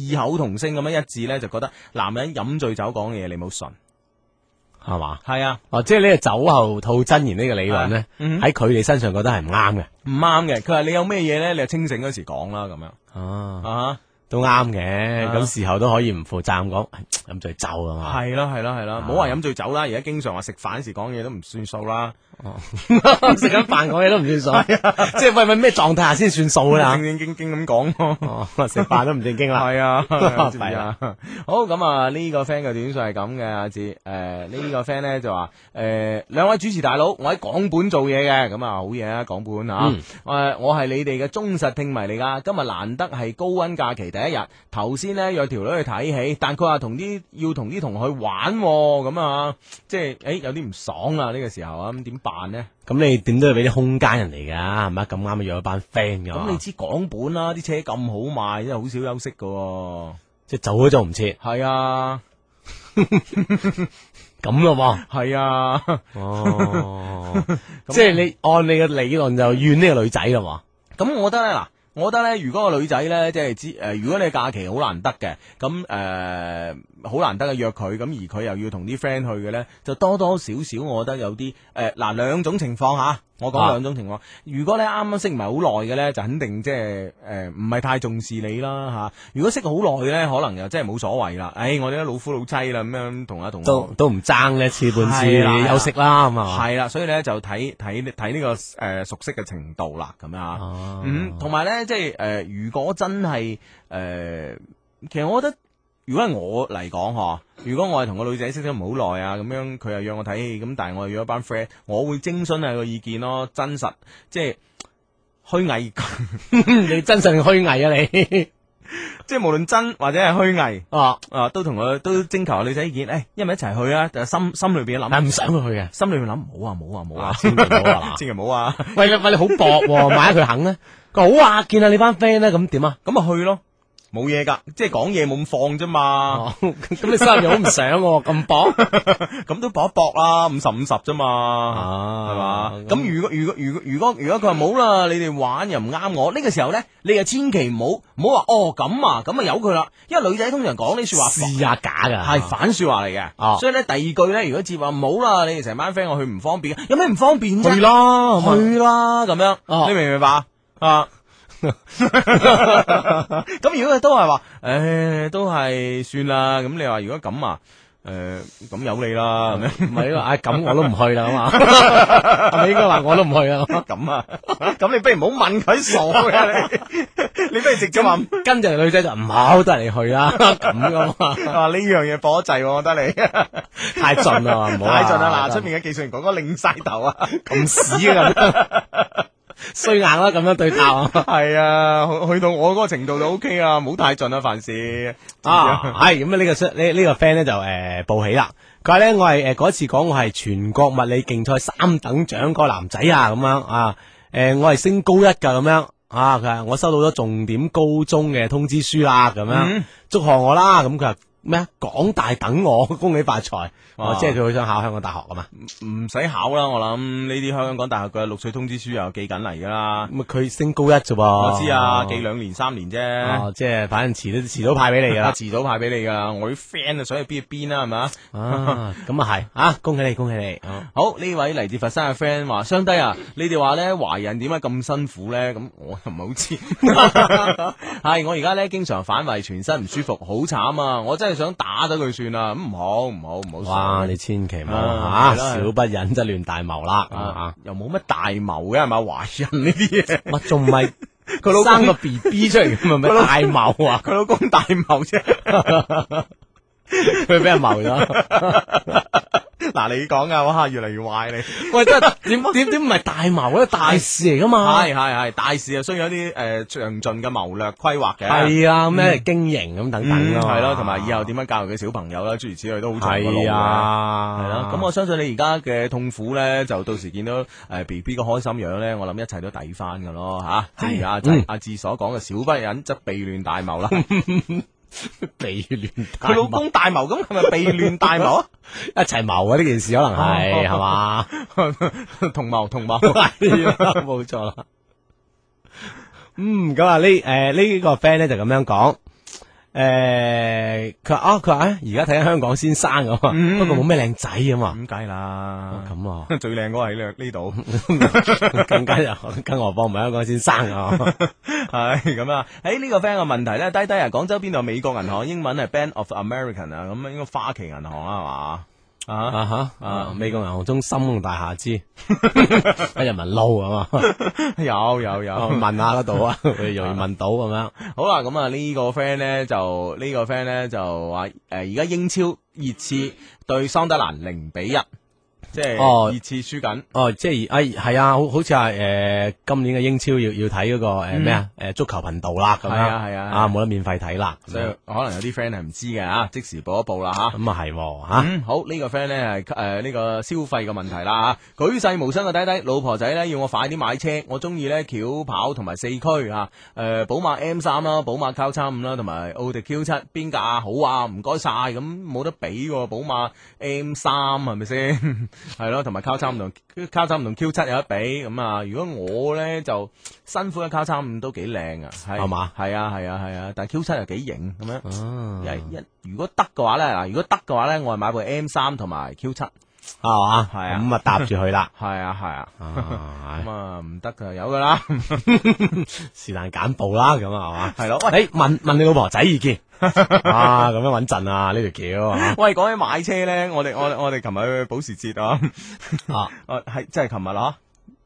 Speaker 3: 異口同聲咁樣一致咧，就覺得男人飲醉酒講嘅嘢你冇信，
Speaker 2: 係嘛？
Speaker 3: 係啊，
Speaker 2: 哦，即係呢個酒後吐真言呢個理論咧，
Speaker 3: 嗯
Speaker 2: 喺佢哋身上覺得係唔啱嘅。
Speaker 3: 唔啱嘅。佢話你有咩嘢咧，你就清醒嗰時講啦，咁樣
Speaker 2: 哦。
Speaker 3: 啊
Speaker 2: 都啱嘅，
Speaker 3: 啊
Speaker 2: 咁事後都可以唔負責任講哎飲醉酒啊
Speaker 3: 哈，
Speaker 2: 嘛，
Speaker 3: 係啦係啦係啦，唔好話飲醉酒啦，而家經常話食飯時講嘢都唔算數啦。
Speaker 2: 食緊飯講嘢都唔算數， 即係喂喂咩狀態下先算數啦
Speaker 3: 正？正經經咁講咯。
Speaker 2: 哦，食飯都唔正經啦，
Speaker 3: 係啊，
Speaker 2: 啊
Speaker 3: 知唔知啊好咁啊！呢個 friend 嘅短信係咁嘅，阿志誒呢個 friend 咧就話誒兩位主持大佬，我喺港本做嘢嘅，咁啊好嘢啊港本啊！
Speaker 2: 嗯
Speaker 3: 誒我係你哋嘅忠實聽迷嚟㗎，今日難得係高温假期第一日，頭先咧約條女去睇戲，但佢話同啲要同啲同學去玩喎咁啊，即係誒有啲唔爽啦呢個時候啊，咁點辦呢？
Speaker 2: 咁你點都要俾啲空間人嚟㗎，係咪？咁啱約咗班 friend 㗎
Speaker 3: 咁你
Speaker 2: 嘛，
Speaker 3: 知港本啦，啲車咁好賣，真係好少休息㗎喎。
Speaker 2: 即係做都做唔切，
Speaker 3: 係啊，
Speaker 2: 咁咯喎。
Speaker 3: 係啊。
Speaker 2: 哦， 即係你按你嘅理論就怨呢個女仔
Speaker 3: 哦
Speaker 2: 咯
Speaker 3: 咁我覺得咧嗱。我覺得咧，如果個女仔咧，即係知誒、如果你假期好難得嘅，咁誒好難得嘅約佢，咁而佢又要同啲 friend 去嘅咧，就多多少少，我覺得有啲誒嗱兩種情況嚇，我講
Speaker 2: 啊
Speaker 3: 兩種情況。如果咧啱啱識唔係好耐嘅咧，就肯定即係誒唔係太重視你啦嚇、如果識好耐咧，可能又真係冇所謂啦。誒、我哋都老夫老妻啦，咁樣同阿同
Speaker 2: 喎，
Speaker 3: 學
Speaker 2: 都都唔爭呢次半
Speaker 3: 係啦係
Speaker 2: 次
Speaker 3: 啦
Speaker 2: 休息啦，咁啊，
Speaker 3: 係啦，所以咧就睇睇睇呢個誒、熟悉嘅程度啦，咁樣啊。
Speaker 2: 哦
Speaker 3: 嗯，同埋咧，即係誒、呃如果真係誒、呃其實我覺得，如果係我嚟講嗬，如果我係同個女仔識咗唔好耐啊，咁樣佢又約我睇戲，咁但係我又約一班 friend，我會徵詢下個意見咯，真實即係虛偽，
Speaker 2: 你真實定虛偽啊你？
Speaker 3: 即係無論真或者係虛偽
Speaker 2: 啊，
Speaker 3: 啊，都同佢都徵求女仔意見，誒、一唔一齊去啊？但係心心裏邊諗，
Speaker 2: 但係唔想佢去嘅。
Speaker 3: 心裏邊諗，唔好啊，唔好啊，唔好啊，
Speaker 2: 千祈唔好啊嗱
Speaker 3: 千祈唔好啊，
Speaker 2: 喂你喂你好薄 喎，萬一佢肯咧，佢好啊，見下你班 friend 咧，咁點啊？
Speaker 3: 咁啊去咯，冇嘢噶，即係講嘢冇咁放啫嘛，
Speaker 2: 哦，咁你心入面好唔想 喎，咁薄
Speaker 3: 咁都搏一搏啦，五十五十啫嘛，係嘛
Speaker 2: 啊？
Speaker 3: 咁如果如果如果如果如果佢話冇啦，你哋玩又唔啱我，呢個時候咧，你就千祈唔好唔好話哦咁啊，咁啊由佢啦，因為女仔通常講呢說話
Speaker 2: 試啊下假㗎，
Speaker 3: 係反說話嚟嘅，
Speaker 2: 哦
Speaker 3: 所以咧第二句咧，如果接話唔好啦，你哋成班 friend 我去唔方便，有咩唔方便啫？
Speaker 2: 去咯，咁啊
Speaker 3: 去啦咁樣，
Speaker 2: 哦
Speaker 3: 你明唔明白 啊？咁如果佢都係話，誒都係算啦。咁你話如果咁啊，誒咁有你啦，咁樣
Speaker 2: 唔係啊咯，唉咁我都唔去啦嘛，係 咪應該話我都唔去啦？
Speaker 3: 咁啊，咁你不如唔好問佢傻嘅，你你不如直接話話呢
Speaker 2: 跟住女仔就唔好得你去 啦，咁噶嘛，
Speaker 3: 啊樣嘢火滯喎，我覺得你
Speaker 2: 太盡啦，啊唔好啊
Speaker 3: 太盡啦！嗱，出面嘅技術員哥哥擰晒頭啊！
Speaker 2: 咁屎啊咁， 衰硬啦咁樣對答啊！
Speaker 3: 系啊，去去到我嗰個程度就 O K 啊，唔好太盡啊，凡事
Speaker 2: 啊，係咁啊！呢個 friend- 呢呢個 friend 咧就誒報喜啦。佢話咧，我係誒嗰次講我係全國物理競賽三等獎嗰個男仔啊，咁樣啊，誒我係升高一㗎咁樣啊。佢話我收到咗重點高中嘅通知書啦，咁樣祝賀我啦。咁佢話咩啊？港大等我，恭喜發財。
Speaker 3: 哇
Speaker 2: 哦，即係佢好想考香港大學啊嘛。
Speaker 3: 唔使考啦。我諗呢啲香港大學嘅錄取通知書又寄緊嚟噶啦。
Speaker 2: 咁啊佢升高一啫噃。
Speaker 3: 我知啊，寄兩年三年啫，
Speaker 2: 哦，即係反正遲都遲早派俾你㗎
Speaker 3: 啊
Speaker 2: 啦。
Speaker 3: 遲早派俾你噶。我啲 friend 啊，想去邊就邊啦，係咪啊？
Speaker 2: 啊，咁啊係啊，恭喜你，恭喜你。啊
Speaker 3: 好呢位嚟自佛山嘅 friend 話：，相低啊，你哋話咧華人點解咁辛苦咧？咁我又唔係好知。 係我而家咧經常反胃，全身唔舒服，好慘啊！我真係想打咗佢算啦，咁唔好唔好唔好。
Speaker 2: 哇！你千祈唔好
Speaker 3: 啊係啦
Speaker 2: 吓，小不忍則亂大謀啦，咁
Speaker 3: 啊
Speaker 2: 啊，
Speaker 3: 又冇乜大謀嘅係咪？懷孕呢啲嘢，
Speaker 2: 我仲唔 係
Speaker 3: 佢老公
Speaker 2: 生個 B B 出嚟，咁咪咪大謀啊？
Speaker 3: 佢老公大謀啫。
Speaker 2: 佢俾人謀 咗，
Speaker 3: 嗱，你講啊，哇，越嚟越壞你。係
Speaker 2: 喂，真係點點點唔係大謀
Speaker 3: 啊
Speaker 2: 咧，大事嚟噶嘛？
Speaker 3: 係係，大事啊，需要一啲誒詳盡嘅謀略規劃嘅。
Speaker 2: 係啊，咩經營咁等
Speaker 3: 嗯，
Speaker 2: 等啊嘛，
Speaker 3: 係咯，同埋以後點樣教育嘅小朋友啦，諸如此類都好重要嘅路嘅
Speaker 2: 係。啊，
Speaker 3: 係咯，咁我相信你而家嘅痛苦咧，就到時見到誒 B B 嘅開心樣咧，我諗一切都抵翻噶咯吓。正如阿
Speaker 2: 嗯
Speaker 3: 阿志所講嘅，小不忍則避亂大謀啦。
Speaker 2: 避亂大
Speaker 3: 佢老
Speaker 2: 謀，
Speaker 3: 公大謀，咁係咪避亂大 謀啊？哦
Speaker 2: 一齊謀啊！呢件事可能係係嘛？
Speaker 3: 同謀同謀。
Speaker 2: 係啦 冇錯啦。嗯，咁啊呢诶呢個 friend 咧就咁樣講，诶佢話啊佢話啊而家睇緊香港先生咁啊，不過冇咩靚仔咁啊，
Speaker 3: 咁梗係啦，
Speaker 2: 咁啊
Speaker 3: 最靚嗰個喺呢呢度，
Speaker 2: 更加又 更何況唔係香港先生啊，
Speaker 3: 係咁啊！喺呢個 friend 嘅問題咧，低低啊，廣州邊度有美國銀行，英文係 Bank of American 啊，咁啊應該花旗銀行啊係嘛啊。
Speaker 2: 啊吓啊美國銀行中心大廈 知喺人民路啊嘛，
Speaker 3: 有有有，
Speaker 2: 問下嗰度啊，佢容易問到咁樣，
Speaker 3: 好啦，咁啊呢個 friend 咧就呢個 friend 咧就話誒而家英超熱刺對桑德蘭零比一，即係
Speaker 2: 哦
Speaker 3: 熱刺輸緊。
Speaker 2: 哦即係哎係啊，好好似係诶今年嘅英超要要睇嗰個诶咩啊诶足球頻道啦咁樣
Speaker 3: 嗯係啊係啊係啊
Speaker 2: 啊冇得免費睇啦，咁
Speaker 3: 所
Speaker 2: 樣
Speaker 3: 以可能有啲 friend 係唔知嘅啊，即時報一報啦嚇。
Speaker 2: 咁啊系吓，
Speaker 3: 嗯，好呢、個 friend 咧係誒呢個消費嘅問題啦嚇，舉世無雙嘅低低老婆仔咧要我快啲買車，我中意咧轎跑同埋四驅啊，誒、寶馬 M 三啦，寶馬 Q 三五啦，同埋奧迪 Q 七邊價好啊？唔該晒，咁冇得比喎，寶馬 M 三係咪先？ 係咯，同埋 Q 三同 Q 三同 Q 七有得比咁啊！如果我咧就辛苦嘅 Q 三五都幾靚啊，係
Speaker 2: 係嘛？
Speaker 3: 係啊係啊係啊，但係 Q 七又幾型咁樣。
Speaker 2: 係
Speaker 3: 一一如果得嘅話咧，嗱，如果得嘅話咧，我係買部 M 三同埋 Q 七，係
Speaker 2: 嘛，
Speaker 3: 係啊，
Speaker 2: 咁啊搭住佢啦
Speaker 3: 啊係啊，
Speaker 2: 啊
Speaker 3: 咁啊唔得嘅有噶 啦，
Speaker 2: 是但簡報啦，咁啊
Speaker 3: 係咯
Speaker 2: 係嘛，，誒問問你老婆仔意見 啊，咁樣穩陣啊呢條橋
Speaker 3: 喂，講起買車咧，我哋我哋我哋琴日去保時捷啊，
Speaker 2: 啊，
Speaker 3: 啊係真係琴日啦，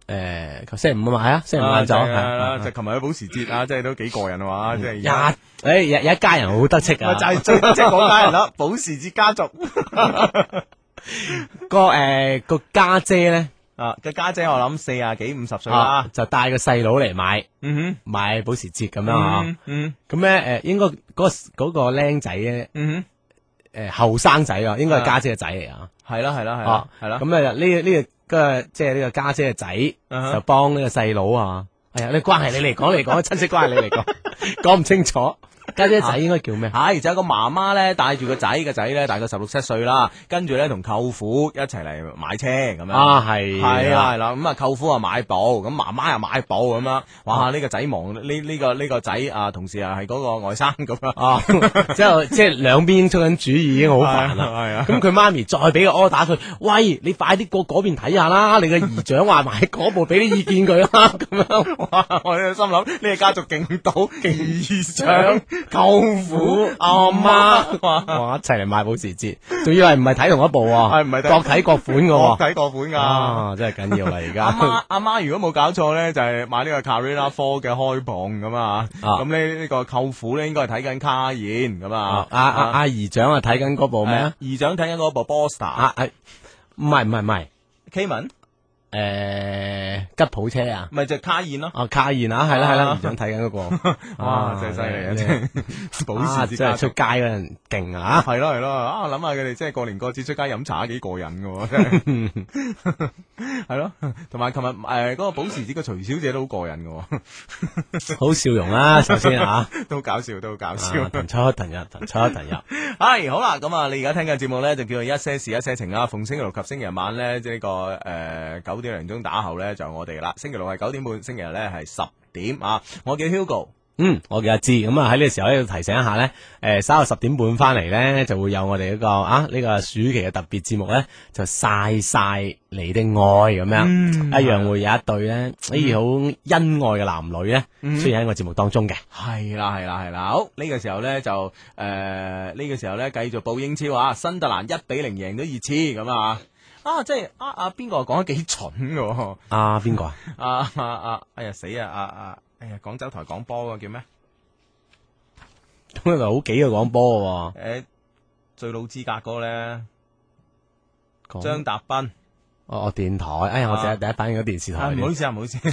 Speaker 2: 誒星期五啊嘛，係啊，星期五晏晝
Speaker 3: 係
Speaker 2: 係
Speaker 3: 啦，
Speaker 2: 啊
Speaker 3: 就琴日去保時捷啊，真係都幾過癮啊，即係而
Speaker 2: 一
Speaker 3: 家
Speaker 2: 誒有有一家人好得戚
Speaker 3: 咪
Speaker 2: 啊
Speaker 3: 就，係 最即係講家人啦，保時捷家族
Speaker 2: 個誒個家姐咧
Speaker 3: 啊嘅家姐我諗四啊幾五十歲
Speaker 2: 啊
Speaker 3: 啦，
Speaker 2: 就帶個細佬嚟買
Speaker 3: 嗯
Speaker 2: 買保時捷咁
Speaker 3: 哼，
Speaker 2: 樣啊
Speaker 3: 嗯。嗯
Speaker 2: 咁咧誒，應該嗰個嗰個僆仔咧
Speaker 3: 嗯
Speaker 2: 誒後生仔啊，應該係家姐嘅仔嚟啊。
Speaker 3: 哼，係啦係啦係
Speaker 2: 啊
Speaker 3: 啦，係啦，
Speaker 2: 咁啊呢呢個個即係呢個家姐嘅
Speaker 3: 嗯
Speaker 2: 仔
Speaker 3: 哼
Speaker 2: 就幫呢個細佬啊。係啊，呢關係你嚟講嚟 講，親戚關係你嚟講，講唔清楚。家姐
Speaker 3: 啊
Speaker 2: 仔應該叫咩？
Speaker 3: 係就有個媽媽咧帶住個仔，個仔咧大概十六七歲啦，跟住咧同舅父一齊嚟買車咁樣。
Speaker 2: 啊，係
Speaker 3: 係啦，係啦，咁啊舅父啊買部，咁媽媽又買部咁樣，哇！呢、個仔忙，呢、呢個呢、個仔啊，同時啊係嗰個外甥咁 樣，
Speaker 2: 啊，之後即係兩邊出緊主意已經好 煩啦。
Speaker 3: 係啊，
Speaker 2: 咁佢媽咪再俾個 order 佢，喂，你快啲過嗰邊睇下啦！你個姨丈話買嗰部，俾啲意見佢啦，咁樣
Speaker 3: 哇！我喺度心諗呢、個家族勁到勁長舅 父
Speaker 2: 阿媽
Speaker 3: 哇
Speaker 2: 哇，一齊嚟買保時捷，仲要係唔係睇同一部喎？
Speaker 3: 哎係唔係睇
Speaker 2: 各睇各款嘅
Speaker 3: 各
Speaker 2: 喎？
Speaker 3: 睇各款㗎。
Speaker 2: 啊，真係緊要啦！而
Speaker 3: 阿
Speaker 2: 家
Speaker 3: 媽阿媽如果冇搞錯咧，就係、買呢個 Carrera Four 嘅開磅咁啊，
Speaker 2: 啊
Speaker 3: 咁呢呢個舅父咧應該係睇緊卡宴咁
Speaker 2: 啊
Speaker 3: 啊，
Speaker 2: 阿阿阿姨丈啊睇緊嗰部咩啊？
Speaker 3: 姨丈睇緊嗰部 Bosta
Speaker 2: 啊啊，唔係唔係唔係，
Speaker 3: K 文，
Speaker 2: 誒吉普車啊！
Speaker 3: 咪就係卡宴咯。
Speaker 2: 啊，卡宴啊，係啦係啦，
Speaker 3: 嗯啊
Speaker 2: 姨丈睇緊嗰個，
Speaker 3: 哇！真係犀利啊，
Speaker 2: 真係
Speaker 3: 真係 保
Speaker 2: 啊
Speaker 3: 時捷
Speaker 2: 真係
Speaker 3: 家
Speaker 2: 出
Speaker 3: 族
Speaker 2: 街嗰陣勁啊！
Speaker 3: 系咯系咯，啊谂下佢哋即係過年過節出街飲茶幾過癮嘅喎，真係 係咯。同埋琴日诶嗰個保時捷嘅徐小姐都好過癮嘅
Speaker 2: 好笑容啦，首先啊，
Speaker 3: 喎， 都好搞笑，都好搞 笑。
Speaker 2: 啊騰出騰入，騰出騰入，
Speaker 3: 係好啦，咁啊，你而家聽緊節目咧就叫做一些事一些情啦。逢星期六及星期日晚咧，即係呢個诶九點零鐘打後咧就我哋啦。星期六係九點半，星期日咧係十點啊。我叫 Hugo。
Speaker 2: 嗯，我叫阿志，咁啊喺呢個時候喺度提醒一下咧，诶、稍後十點半翻嚟咧就會有我哋嗰、個啊呢、個暑期嘅特別節目咧，就晒晒你的愛咁樣，
Speaker 3: 嗯
Speaker 2: 一樣會有一對咧呢啲好恩愛嘅男女咧、
Speaker 3: 嗯
Speaker 2: 出現喺我節目當中嘅，
Speaker 3: 系啦系啦系啦，好呢、個時候呢，就诶呢、個時候呢，繼續報英超啊，新特蘭一比零贏咗熱刺咁啊。啊，即係啊啊，邊個講得幾蠢嘅喎？
Speaker 2: 啊邊個啊？
Speaker 3: 啊啊啊！哎呀死啊啊啊！哎呀，廣州台講波嘅叫咩？
Speaker 2: 咁啊好幾個講波
Speaker 3: 诶、呃最老資格嗰個呢，
Speaker 2: 嘅喎，張
Speaker 3: 張達斌。
Speaker 2: 哦哦電台，哎呀我第一第一反應咗電視
Speaker 3: 啊，
Speaker 2: 台
Speaker 3: 唔
Speaker 2: 添，
Speaker 3: 好意思啊，唔好意思，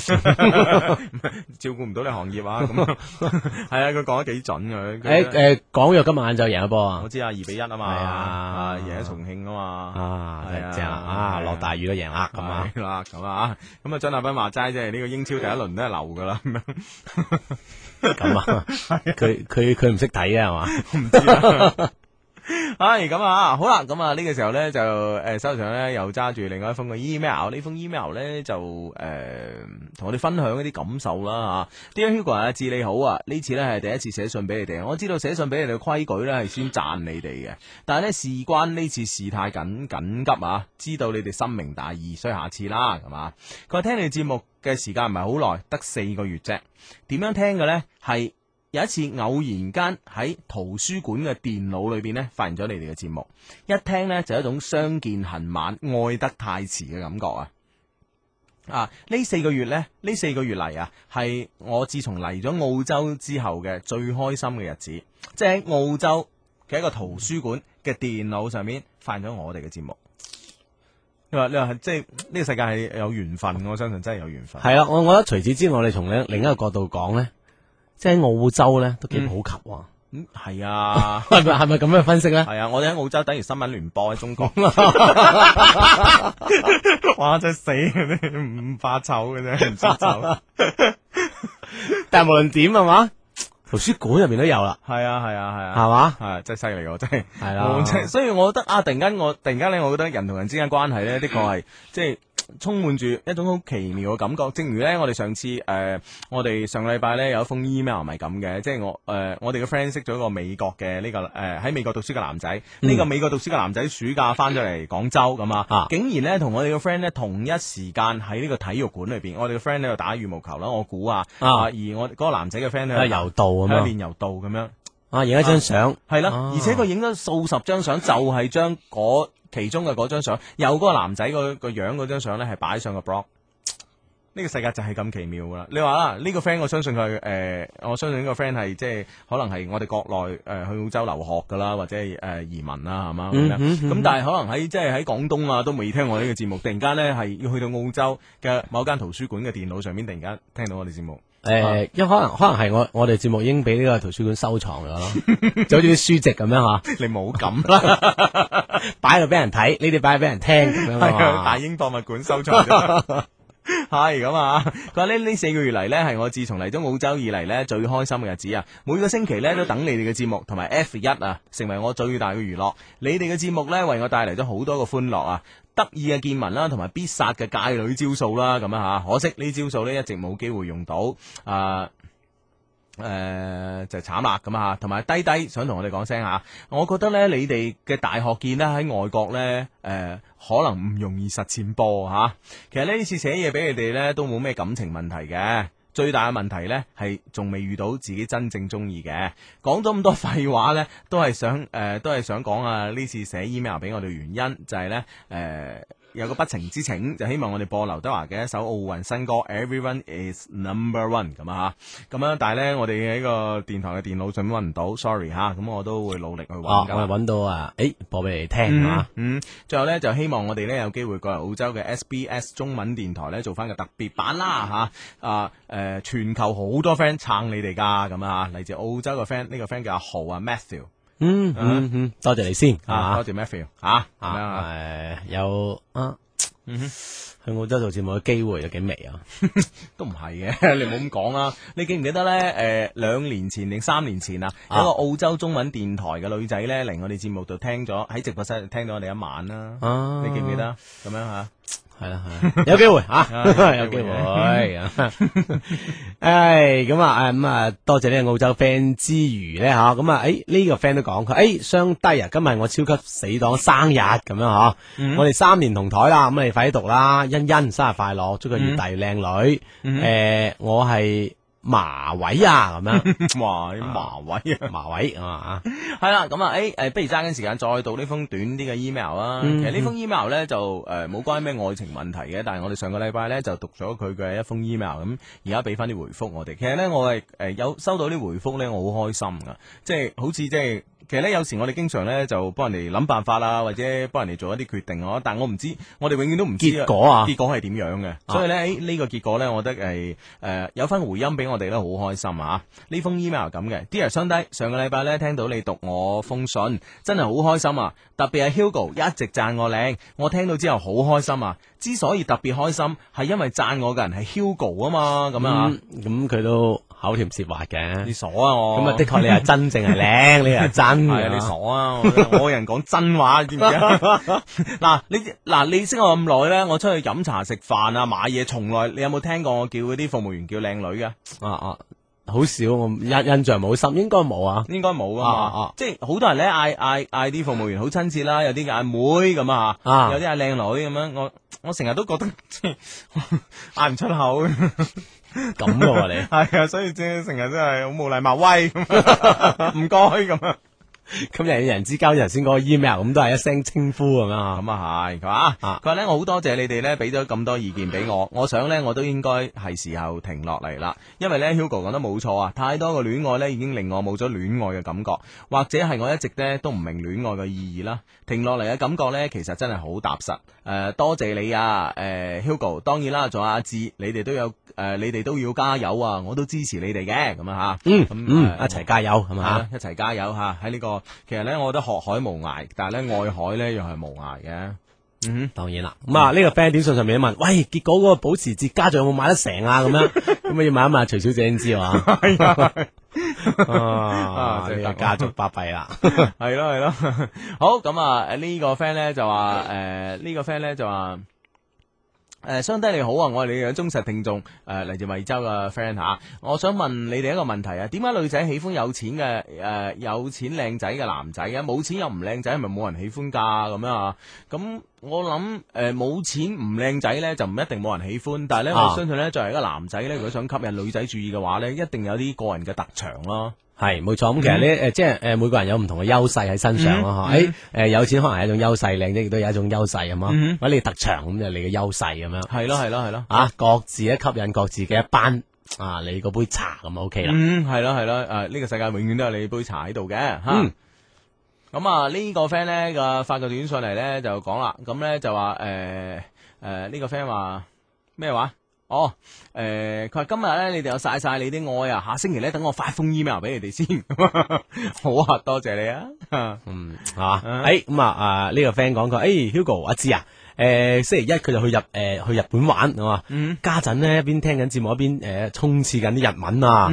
Speaker 3: 照顧唔到你行業啊。咁係啊，佢講得幾準嘅。
Speaker 2: 誒
Speaker 3: 佢
Speaker 2: 誒廣藥今晚就贏咗波啊
Speaker 3: 我！知啊，二比一啊嘛，
Speaker 2: 係啊
Speaker 3: 啊，贏喺重慶啊嘛。
Speaker 2: 啊，
Speaker 3: 係啊
Speaker 2: 正啦！啊，
Speaker 3: 係啊
Speaker 2: 落大雨都贏 啦，咁啊，
Speaker 3: 係啦，咁啊，咁啊，張達斌話齋，即係呢個英超第一輪都係流噶啦，咁樣
Speaker 2: 咁 啊，佢佢佢唔識睇啊，係嘛？
Speaker 3: 唔知啦。唉，咁啊，好啦，咁啊，呢個時候咧就誒手上咧又揸住另外一封嘅 email，呢封 email 咧就誒同我哋分享一啲感受啦嚇。Dear Hugo 啊，志你好啊，呢次咧係第一次寫信俾你哋，我知道寫信俾你哋嘅規矩咧係先讚你哋嘅，但係咧事關呢次事態緊緊急啊，知道你哋深明大義，所以下次啦，係嘛？佢話聽你哋節目嘅時間唔係好耐，得四個月啫，點樣聽嘅咧係？有一次偶然間喺圖書館嘅電腦裏邊咧，發現咗你哋嘅節目，一聽呢，就有一種相見恨晚、愛得太遲嘅感覺啊！啊，呢四個月呢，呢四個月嚟啊，係我自從嚟咗澳洲之後嘅最開心嘅日子，即係喺澳洲嘅一個圖書館嘅電腦上面發現咗我哋嘅節目。你話你話係即係呢個世界係有緣分，我相信真係有緣分。
Speaker 2: 係啦，啊我我覺得除此之外，我哋從另另一個角度講咧，即係喺澳洲咧都幾普及喎，
Speaker 3: 嗯，係啊。
Speaker 2: 係咪係咪咁樣分析咧？
Speaker 3: 系啊，我哋喺澳洲等於新聞聯播喺中國。 哇！真係死嘅啫，唔怕醜嘅啫，唔怕醜。
Speaker 2: 但係無論點係嘛，圖書館入邊都有啦，
Speaker 3: 係啊，係啊，係啊。
Speaker 2: 係嘛？
Speaker 3: 係真係犀利喎！真係，
Speaker 2: 係啦
Speaker 3: 我真係所以我覺得啊，突然間我突然間咧，我覺得人同人之間關係咧，的確 係即係充滿住一種好奇妙嘅感覺。正如咧，我哋上次誒、呃我哋上個禮拜咧有一封 email 咪咁嘅，即係我誒、呃我哋嘅 friend 識咗一個美國嘅呢、個誒呃喺、美國讀書嘅男仔，呢、個美國讀書嘅男仔暑假翻咗嚟廣州咁
Speaker 2: 嗯啊
Speaker 3: 啊，竟然咧同我哋嘅 friend 咧同一時間喺呢個體育館裏邊，我哋嘅 friend 喺度打羽毛球啦，我估啊，
Speaker 2: 啊
Speaker 3: 而我嗰、個男仔嘅 friend
Speaker 2: 喺
Speaker 3: 咧
Speaker 2: 柔道咁
Speaker 3: 喺
Speaker 2: 樣，
Speaker 3: 度練柔道咁樣。
Speaker 2: 啊影一張相，
Speaker 3: 系啦，
Speaker 2: 啊
Speaker 3: 而且佢影咗數十張相，就係將嗰其中嘅嗰張相，有嗰個男仔個個樣嗰張相咧，係擺上個 blog。呢個世界就係咁奇妙噶啦！你話啦，呢個 friend 我相信佢誒、呃我相信呢個 friend 係即係可能係我哋國內誒、去澳洲留學噶啦，或者係誒、移民啦，係嘛咁樣
Speaker 2: 嗯
Speaker 3: 咁、但係可能喺即係喺廣東啊，都未聽我呢個節目，突然間咧係要去到澳洲嘅某間圖書館嘅電腦上面，突然間聽到我哋節目。
Speaker 2: 诶、因為可能可能系我我哋節目已經俾呢個圖書館收藏咗咯， 就好似啲書籍咁樣吓，
Speaker 3: 你冇咁啦，
Speaker 2: 擺喺度俾人睇，你哋擺喺俾人聽 咁 樣
Speaker 3: 係啊大
Speaker 2: 啊嘛。
Speaker 3: 英博物館收藏咗。係咁啊！佢話呢呢四個月嚟呢，係我自從嚟咗澳洲以嚟呢最開心嘅日子啊！每個星期呢，都等你哋嘅節目同埋 F 一啊，成為我最大嘅娛樂。你哋嘅節目呢，為我帶嚟咗好多嘅歡樂啊！得意嘅見聞啦，同埋必殺嘅界女招數啦，咁啊吓，可惜呢招數呢，一直冇機會用到啊。誒、就慘啦咁啊，同埋低低想同我哋講聲嚇，我覺得咧你哋嘅大學見咧喺外國咧誒、可能唔容易實踐噃嚇、其實呢次寫嘢俾你哋咧都冇咩感情問題嘅。最大嘅問題呢，係仲未遇到自己真正中意嘅。講咗咁多廢話呢，都係想誒、都係想講啊！呢次寫 email 俾我哋嘅原因就係、呢。誒、有個不情之請，就希望我哋播劉德華嘅一首奧運新歌《Everyone Is Number One》咁啊嚇。咁樣，但係呢，我哋喺個電台嘅電腦上面揾唔到，sorry 吓，咁我都會努力去
Speaker 2: 哦
Speaker 3: 揾，㗎
Speaker 2: 我哋揾到啊，誒，播俾你哋聽
Speaker 3: 嗯
Speaker 2: 啊。
Speaker 3: 嗯，最後咧就希望我哋咧有機會過嚟澳洲嘅 SBS 中文電台咧做翻個特別版啦吓啊誒、全球好多 friend 撐你哋噶咁啊，嚟自澳洲嘅 friend 呢個 friend 叫阿豪啊 Matthew
Speaker 2: 嗯嗯嗯，多謝你先
Speaker 3: 啊，
Speaker 2: 啊
Speaker 3: 多謝 Matthew 啊咁樣
Speaker 2: 啊
Speaker 3: 啊，嗯
Speaker 2: 诶，有啊，去澳洲做節目嘅機會有幾微啊？
Speaker 3: 都唔係嘅， 你唔好咁講啦。你記唔記得咧？誒、兩年前定三年前啊，有一個澳洲中文電台嘅女仔咧嚟我哋節目度聽咗喺直播室聽到我哋一晚啦。
Speaker 2: 啊，
Speaker 3: 你記唔記？得咁樣嚇？
Speaker 2: 系啦系啦，有機會吓，
Speaker 3: 啊
Speaker 2: 有
Speaker 3: 有
Speaker 2: 機
Speaker 3: 機
Speaker 2: 會
Speaker 3: 會
Speaker 2: 啊！唉，咁啊，唉咁啊，多謝呢個澳洲 friend 之餘咧吓，咁啊，诶呢個 friend 都講佢，诶雙低啊，今日係我超級死黨生日咁樣吓，
Speaker 3: 嗯
Speaker 2: 我哋三年同台啦，咁你快啲讀啦，欣欣生日快樂，祝佢
Speaker 3: 嗯
Speaker 2: 越大越靚女，诶我係麻位啊，咁樣
Speaker 3: 哇！啲麻位啊！
Speaker 2: 麻位啊嘛
Speaker 3: 系啦，咁啊，诶、诶，不如揸緊時間再讀呢封短啲嘅 email 啦。
Speaker 2: 嗯
Speaker 3: 其實呢封 email 咧就诶冇、關咩愛情問題嘅，但係我哋上個禮拜咧就讀咗佢嘅一封 email，咁而家俾翻啲回覆我哋。其實咧我係诶、誒有收到啲回覆咧，我好開心噶，即係好似即係。其實咧，有時我哋經常咧就幫人哋諗辦法啊，或者幫人哋做一啲決定啊，但我唔知，我哋永遠都唔知
Speaker 2: 結果啊
Speaker 3: 結果係點樣嘅。所以咧，誒呢個結果咧，我覺得係誒有翻回音俾我哋咧，好開心啊！呢封 email 咁嘅，Dear 相低，上個禮拜咧聽到你讀我封信，真係好開心啊！特別係 Hugo 一直讚我靚，我聽到之後好開心啊！之所以特別開心，係因為讚我嘅人係 Hugo 啊嘛，咁啊，
Speaker 2: 啊，咁佢都口甜舌滑嘅
Speaker 3: 你，傻啊我，
Speaker 2: 咁啊的確你係真正係靚，你 係 真
Speaker 3: 係啊，
Speaker 2: 嘅
Speaker 3: 你傻。啊！我我個人講真話，知唔知啊？嗱，你嗱，你識我咁耐咧，我出去飲茶食飯啊，買嘢，從來你有冇聽過我叫嗰啲服務員叫靚女嘅？
Speaker 2: 啊啊，好少，我印印象冇深，應該冇啊。
Speaker 3: 應該冇噶
Speaker 2: 啊啊
Speaker 3: 嘛，即係好多人咧嗌嗌嗌啲服務員好親切啦，有啲嗌妹咁啊，
Speaker 2: 啊
Speaker 3: 有啲嗌靚女咁樣，我我成日都覺得即係 嗌唔出口，
Speaker 2: 咁嘅喎你，
Speaker 3: 係啊，所以即係成日真係好冇禮貌，喂咁 樣，唔該咁啊。
Speaker 2: 咁人與人之交，頭先嗰個 email 咁都係一聲稱呼咁樣啊。
Speaker 3: 咁啊係，佢話
Speaker 2: 啊
Speaker 3: 佢話咧，我好多謝你哋咧，俾咗咁多意見俾我。我想咧，我都應該係時候停落嚟啦，因為咧，Hugo 講得冇錯啊，太多嘅戀愛咧已經令我冇咗戀愛嘅感覺，或者係我一直咧都唔明戀愛嘅意義啦。停落嚟嘅感覺咧，其實真係好踏實。誒、呃多謝你啊，誒、Hugo，當然啦，仲有阿志，你哋都有誒、呃你哋都要加油啊，我都支持你哋嘅咁啊 嚇。
Speaker 2: 嗯
Speaker 3: 咁
Speaker 2: 嗯，
Speaker 3: 誒
Speaker 2: 一齊加油咁
Speaker 3: 吓
Speaker 2: 啊。，
Speaker 3: 一齊加油吓！喺呢個其實咧，我覺得學海無涯，但係咧愛海咧又係無涯嘅。嗯
Speaker 2: 當然啦，咁啊呢個 friend 喺短信上面都問，喂，結果嗰個保時捷家長有冇買得成啊？ 咁樣，咁啊要問一問徐小姐先知啊。 啊，
Speaker 3: 真係
Speaker 2: 呢
Speaker 3: 得
Speaker 2: 個
Speaker 3: 啊
Speaker 2: 家族巴閉啦。
Speaker 3: 哼，係咯 係咯。好咁啊，呢個 friend 咧就話誒，呢個 friend 咧就話。誒，相低你好啊！我係你嘅忠實聽眾，誒、呃嚟自惠州嘅 friend 嚇，我想問你哋一個問題啊，點解女仔喜歡有錢嘅誒、呃有錢靚仔嘅男仔嘅，冇錢又唔靚仔，係咪冇人喜歡㗎咁樣啊？咁我諗誒冇錢唔靚仔咧，就唔一定冇人喜歡，但係咧、
Speaker 2: 啊
Speaker 3: 我相信咧，作為一個男仔咧，如果想吸引女仔注意嘅話咧，一定有啲個人嘅特長咯。
Speaker 2: 系冇錯，咁其實呢，誒即係誒每個人有唔同嘅優勢喺身上咯嚇。誒誒有錢可能係一種優勢，靚仔亦都有一種優勢咁啊，或者你特長咁就係你嘅優勢咁樣。
Speaker 3: 系咯系咯系咯。
Speaker 2: 啊，各自咧吸引各自嘅一班啊，你嗰杯茶咁就 OK 啦。
Speaker 3: 嗯，系咯系咯，诶，呢個世界永遠都有你杯茶喺度嘅吓
Speaker 2: 嗯。
Speaker 3: 咁啊，呢個 friend 咧個發個短信嚟咧就講啦，咁咧就話诶诶呢個 friend 話咩話？哦，诶、佢話今日咧，你哋有晒晒你啲愛啊，下星期咧等我發封 email 俾你哋先， 好啊，多謝你啊，
Speaker 2: 嗯，係嘛？誒咁啊啊呢個 friend 講佢，誒 Hugo 阿志啊。誒星期一佢就去日誒、去日本玩，係嘛？家陣咧一邊聽緊節目一邊誒衝刺緊啲日文啊！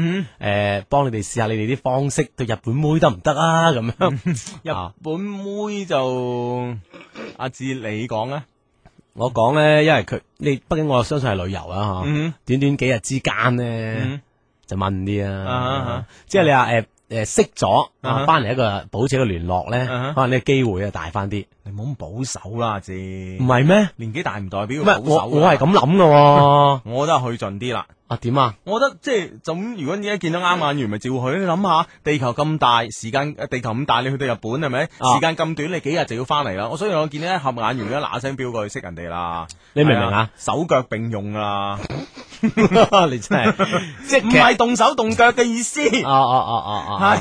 Speaker 2: 誒、幫你哋試下你哋啲方式對日本妹得唔得啊？咁 啊樣
Speaker 3: 日本妹就阿志你講啊，
Speaker 2: 我講咧，因為佢你畢竟我相信係旅遊啦嚇，
Speaker 3: 嗯
Speaker 2: 短短幾日之間咧、
Speaker 3: 嗯
Speaker 2: 就問啲啊，
Speaker 3: 啊哈
Speaker 2: 即係你話誒誒識咗
Speaker 3: 啊哈
Speaker 2: 啊，翻嚟一個保持一個聯絡咧，
Speaker 3: 啊哈
Speaker 2: 可能呢個機會啊大翻啲，
Speaker 3: 你唔好咁保守啦，阿志
Speaker 2: 唔，係咩？
Speaker 3: 年紀大唔代表
Speaker 2: 唔
Speaker 3: 保
Speaker 2: 係
Speaker 3: 守啊
Speaker 2: 我我係，
Speaker 3: 㗎
Speaker 2: 咁諗嘅 喎，
Speaker 3: 我覺得去盡啲啦。
Speaker 2: 啊點啊？
Speaker 3: 我覺得即係就咁，如果你一見到啱眼緣，咪照去。你諗下，地球咁大，時間呃地球咁大，你去到日本係咪？
Speaker 2: 啊
Speaker 3: 時間咁短，你幾日就要翻嚟啦。我所以我見咧合眼緣咧，嗱聲飆過去識人哋啦。
Speaker 2: 你明唔明
Speaker 3: 係
Speaker 2: 啊？？
Speaker 3: 手腳並用啦，
Speaker 2: 你真 係即係
Speaker 3: 唔
Speaker 2: 其實
Speaker 3: 係動手動腳嘅意思，係
Speaker 2: 哦哦哦哦哦，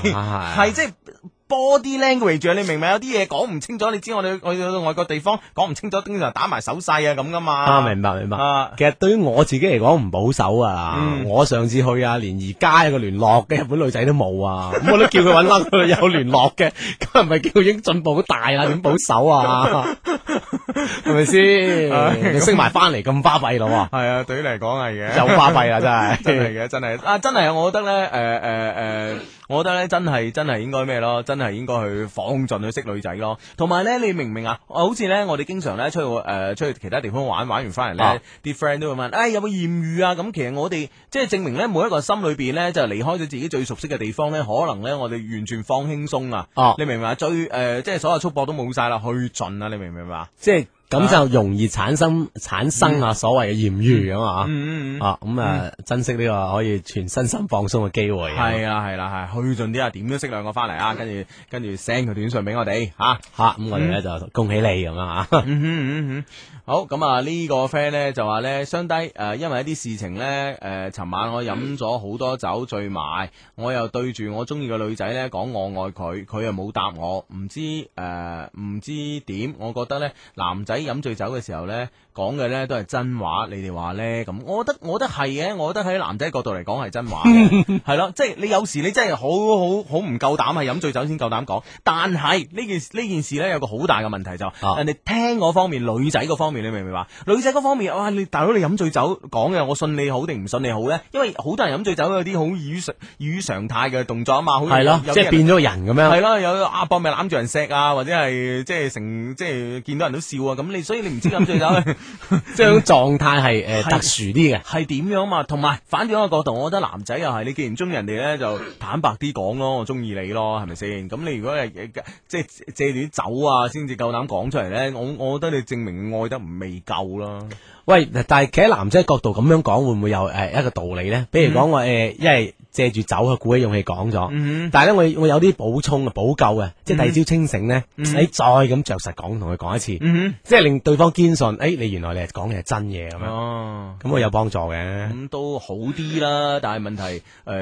Speaker 3: 係即係 body language 啊你明唔明？有啲嘢講唔清楚，你知我哋去到外國地方講唔清楚，經常打埋手勢啊咁噶嘛。
Speaker 2: 啊，明白明白。
Speaker 3: 啊
Speaker 2: 其實對於我自己嚟講唔保守啊，
Speaker 3: 嗯
Speaker 2: 我上次去啊，連而家有個聯絡嘅日本女仔都冇啊，咁我都叫佢揾翻佢有聯絡嘅， 咁係咪叫已經進步好大啦？點保守啊？ 係咪
Speaker 3: 唉
Speaker 2: 先？你識埋翻嚟咁巴閉咯
Speaker 3: 係啊，對於你嚟講係嘅
Speaker 2: 喎，。又巴閉啦真
Speaker 3: 真
Speaker 2: 係。
Speaker 3: 係嘅，真係啊，真係啊，我覺得咧，诶诶诶，誒呃我覺得咧，真係真係應該咩咯，真係應該去放盡去識女仔咯。同埋咧，你明唔明啊？好似咧，我哋經常咧出去诶、誒出去其他地方玩，玩完翻嚟
Speaker 2: 啊
Speaker 3: 咧，啲 friend 都會問，诶有冇豔遇啊？咁其實我哋即係證明咧，每一個心裏边咧，就離開咗自己最熟悉嘅地方咧，可能咧，我哋完全放輕鬆啊！
Speaker 2: 哦，
Speaker 3: 你明唔明啊？最诶、即係所有束縛都冇晒啦，去盡啦！你明唔明啊？
Speaker 2: 即係咁就容易產生產生啊所謂嘅豔遇咁啊。
Speaker 3: 嗯嗯嗯
Speaker 2: 啊，咁啊，珍惜呢個可以全身心放鬆嘅機會。
Speaker 3: 系啦系啦系，去盡啲啊，點都識兩個翻嚟啊，跟住跟住 send 個短信俾我哋啊吓。
Speaker 2: 吓，咁我哋咧就恭喜你咁啊吓。
Speaker 3: 嗯哼嗯哼，好咁啊！呢個 friend 咧就話咧，相低誒、呃因為一啲事情咧誒，尋、晚我飲咗好多酒醉埋，我又對住我中意嘅女仔咧講我愛佢，佢又冇答我，唔知呃誒唔、知點，我覺得咧男仔飲醉酒嘅時候咧講嘅咧都係真話，你哋話咧咁，我覺得我覺得係嘅，我覺得喺男仔角度嚟講係真話 嘅，係咯，即係你有時你真係好好好唔夠膽係飲醉酒先夠膽講，但係呢件呢件事咧有個好大嘅問題就
Speaker 2: 啊
Speaker 3: 人哋聽嗰方面，女仔嗰方面，你明唔明白？女仔嗰方面，哇！你大佬你飲醉酒講嘅，我信你好定唔信你好咧？因為好多人飲醉酒有啲好異於常異於常態嘅動作啊嘛，好似
Speaker 2: 係咯，
Speaker 3: 有
Speaker 2: 即係
Speaker 3: 啲人
Speaker 2: 變咗個人咁樣。
Speaker 3: 係咯，有啊搏命攬住人錫啊，或者係即係成即係見到人都笑啊，咁你所以你唔知飲醉 酒
Speaker 2: 即係嗰種狀態係誒
Speaker 3: 係
Speaker 2: 特殊啲嘅。
Speaker 3: 係點樣嘛？同埋反轉一個角度，我覺得男仔又係你既然中意人哋咧，就坦白啲講咯，我中意你咯，係咪先？咁你如果係即係借住啲酒啊，先至夠膽講出嚟咧，我我覺得你證明愛得唔未夠啦。
Speaker 2: 喂，但係企喺男仔角度咁樣講，會唔會有呃誒一個道理咧？比如講我誒，因為借住酒嘅鼓起勇氣講
Speaker 3: 嗯
Speaker 2: 咗，嗯但係咧我我有啲補充嘅補救嘅，即係第二朝清醒咧，你再咁着實講同佢講一次，
Speaker 3: 嗯
Speaker 2: 即係令對方堅信，誒你原來你係講嘅係真嘢咁樣，
Speaker 3: 哦。嗯
Speaker 2: 咁我有幫助嘅。
Speaker 3: 咁都好啲啦，但係問題誒、呃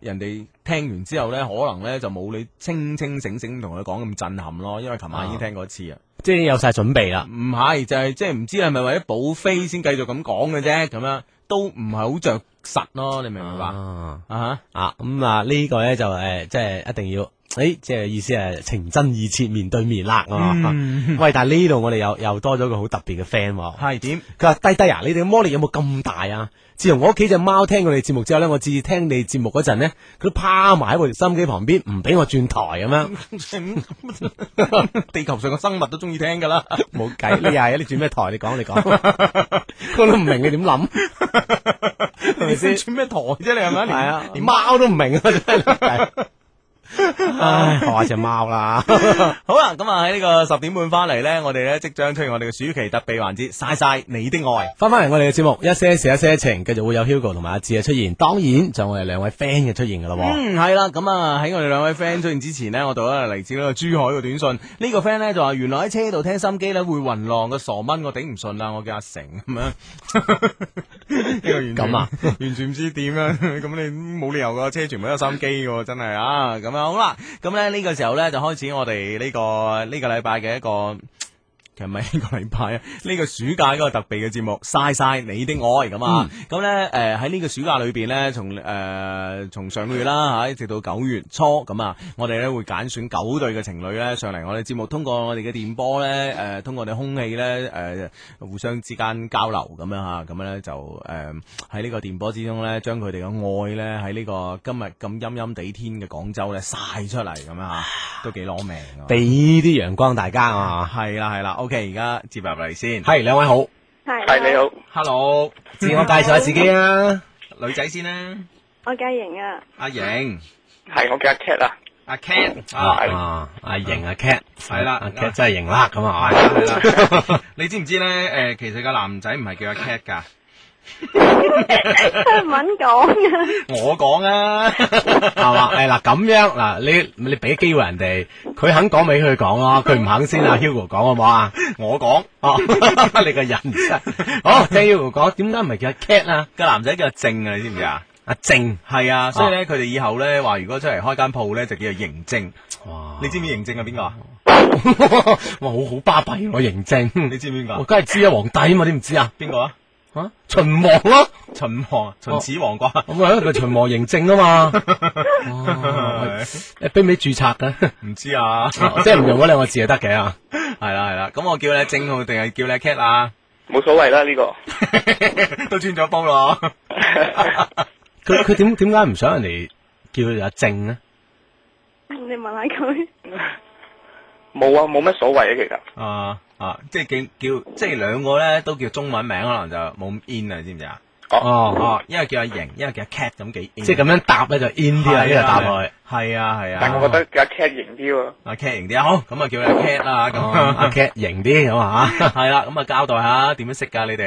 Speaker 3: 人哋聽完之後咧，可能咧就冇你清清醒醒同佢講咁震撼咯，因為琴晚已經聽過一次啊。
Speaker 2: 即係有晒準備啦，
Speaker 3: 唔係就係即係唔知係咪為咗補飛先繼續咁講嘅啫，咁樣都唔係好着實咯，你明唔明白？啊
Speaker 2: 啊
Speaker 3: 哈
Speaker 2: 啊咁啊呢個咧就誒，即係一定要，誒即係意思係情真意切面對面啦，啊
Speaker 3: 嗯
Speaker 2: 喂，但係呢度我哋又又多咗個好特別嘅 friend 喎。
Speaker 3: 係點？
Speaker 2: 佢話：低低啊，你哋嘅魔力有冇咁大啊？自從我屋企只貓聽過你節目之後咧，我次聽你節目嗰陣咧，佢都趴埋喺我哋收音機旁邊，唔俾我轉台咁樣。
Speaker 3: 地球上嘅生物都中意聽㗎啦。
Speaker 2: 冇計，你又係你轉咩台？你講你講，我都唔明你點諗，係咪
Speaker 3: 你
Speaker 2: 先？
Speaker 3: 轉咩台啫？你係咪？
Speaker 2: 係啊，
Speaker 3: 連
Speaker 2: 貓都唔明啊，真係。唉，學下只貓啦。
Speaker 3: 好啦，咁啊喺呢個十點半翻嚟咧，我哋咧即將推出我哋嘅暑期特備環節，晒晒你的愛。
Speaker 2: 翻翻嚟我哋嘅節目，一些事一些情，繼續會有 Hugo 同埋阿志嘅出現，當然就我哋兩位 friend 嘅出現噶啦喎。
Speaker 3: 嗯，係啦，咁啊喺我哋兩位 friend 出現之前呢，我讀咗嚟自呢個珠海嘅短信，呢、個 friend 咧就話原來喺車度聽心機咧會暈浪嘅傻蚊，我頂唔順啦，我叫阿成咁樣，呢個完全
Speaker 2: 咁 啊，
Speaker 3: 完全唔知點樣，咁你冇理由個車全部都有心機嘅喎，真係啊，咁樣好啦，咁咧呢個時候咧就開始我哋呢、個呢、個禮拜嘅一個。其實唔係呢個禮拜啊， 呢、個暑假嗰個特備嘅節目《晒晒你的愛》咁啊，咁咧誒喺呢個暑假裏邊咧，從誒、呃、從上個月啦嚇，一直到九月初咁啊，我哋咧會揀選九對嘅情侶咧上嚟我哋節目，通過我哋嘅電波咧誒、呃通過我哋空氣咧誒、呃互相之間交流咁樣嚇，咁咧就誒喺呢個電波之中咧，將佢哋嘅愛咧喺呢個今日咁陰陰地天嘅廣州咧晒出嚟咁樣嚇，都幾攞命啊！
Speaker 2: 俾啲陽光大家啊！
Speaker 3: 係啦係啦，OK，而家接入嚟先。
Speaker 2: 係兩位好，
Speaker 6: 係
Speaker 7: 系你，好，
Speaker 3: Hello，
Speaker 2: 自我介紹下自己啊。
Speaker 3: 女仔先啦，
Speaker 6: 我叫瑩啊，
Speaker 3: 阿瑩，
Speaker 7: 系我嘅阿 Cat 啊，
Speaker 3: 阿 Cat，啊，
Speaker 2: 啊，阿瑩阿 Cat
Speaker 3: 係啦啊
Speaker 2: 阿 Cat 真係型啦咁啊，
Speaker 3: 係啦係啦，你知唔知咧？誒，其實個男仔唔係叫阿 Cat 㗎，
Speaker 6: 佢唔肯講啊，
Speaker 3: 我講 啊，
Speaker 2: 係嘛？ 誒嗱咁樣嗱，你你俾機會人哋，佢肯講咪佢講 咯，佢唔肯先阿 Hugo 講好唔好啊？
Speaker 3: 我講，
Speaker 2: 哦， 你個人真係 好，聽 Hugo 講，點解唔係叫阿 Cat 啊？
Speaker 3: 個男仔叫阿正啊，你知唔知啊？
Speaker 2: 阿靜，
Speaker 3: 係啊，所以咧，佢哋以後咧話，如果出嚟開間鋪咧，就叫做認證。
Speaker 2: 哇
Speaker 3: 你知唔知認證係邊個啊？
Speaker 2: 嗯哇，好好巴閉喎，嬴 政，
Speaker 3: 你知唔知邊個
Speaker 2: 我
Speaker 3: 啊？
Speaker 2: 梗係知啊，皇帝嘛，你唔知啊？
Speaker 3: 邊個啊？
Speaker 2: 啊，秦王咯，
Speaker 3: 秦王，秦始皇啩？
Speaker 2: 咁啊，佢秦王嬴政 啊嘛，哦誒俾唔俾註冊嘅？
Speaker 3: 唔知啊，
Speaker 2: 哦 即係唔用嗰兩個字就得嘅啊？
Speaker 3: 係啦係啦，咁我叫你阿正好定係叫你阿 Cat 啊？
Speaker 7: 冇所谓啦呢个，
Speaker 3: 都穿咗煲啊咯。
Speaker 2: 佢佢點點解唔想人哋叫佢阿正咧？
Speaker 3: 嗯
Speaker 6: 你問下佢，
Speaker 7: 冇啊冇乜所谓啊其实，
Speaker 3: 啊啊，即係叫叫，即係兩個咧都叫中文名，可能就冇咁 in 啊，知唔知啊？
Speaker 2: 哦，
Speaker 3: 哦，一個叫阿瑩，一個叫阿 cat 咁幾 in，啊
Speaker 2: 即係咁樣答咧就 in 啲啦，啊呢個答佢。
Speaker 3: 係啊係啊，
Speaker 7: 但我觉得阿 Cat 型啲喎，
Speaker 3: 阿 cat 型啲啊，好咁啊叫你阿 cat 啦
Speaker 2: 哦阿
Speaker 3: 咁，
Speaker 2: Cat 型啲咁啊嚇
Speaker 3: 係啦咁啊 交代下點樣識㗎你哋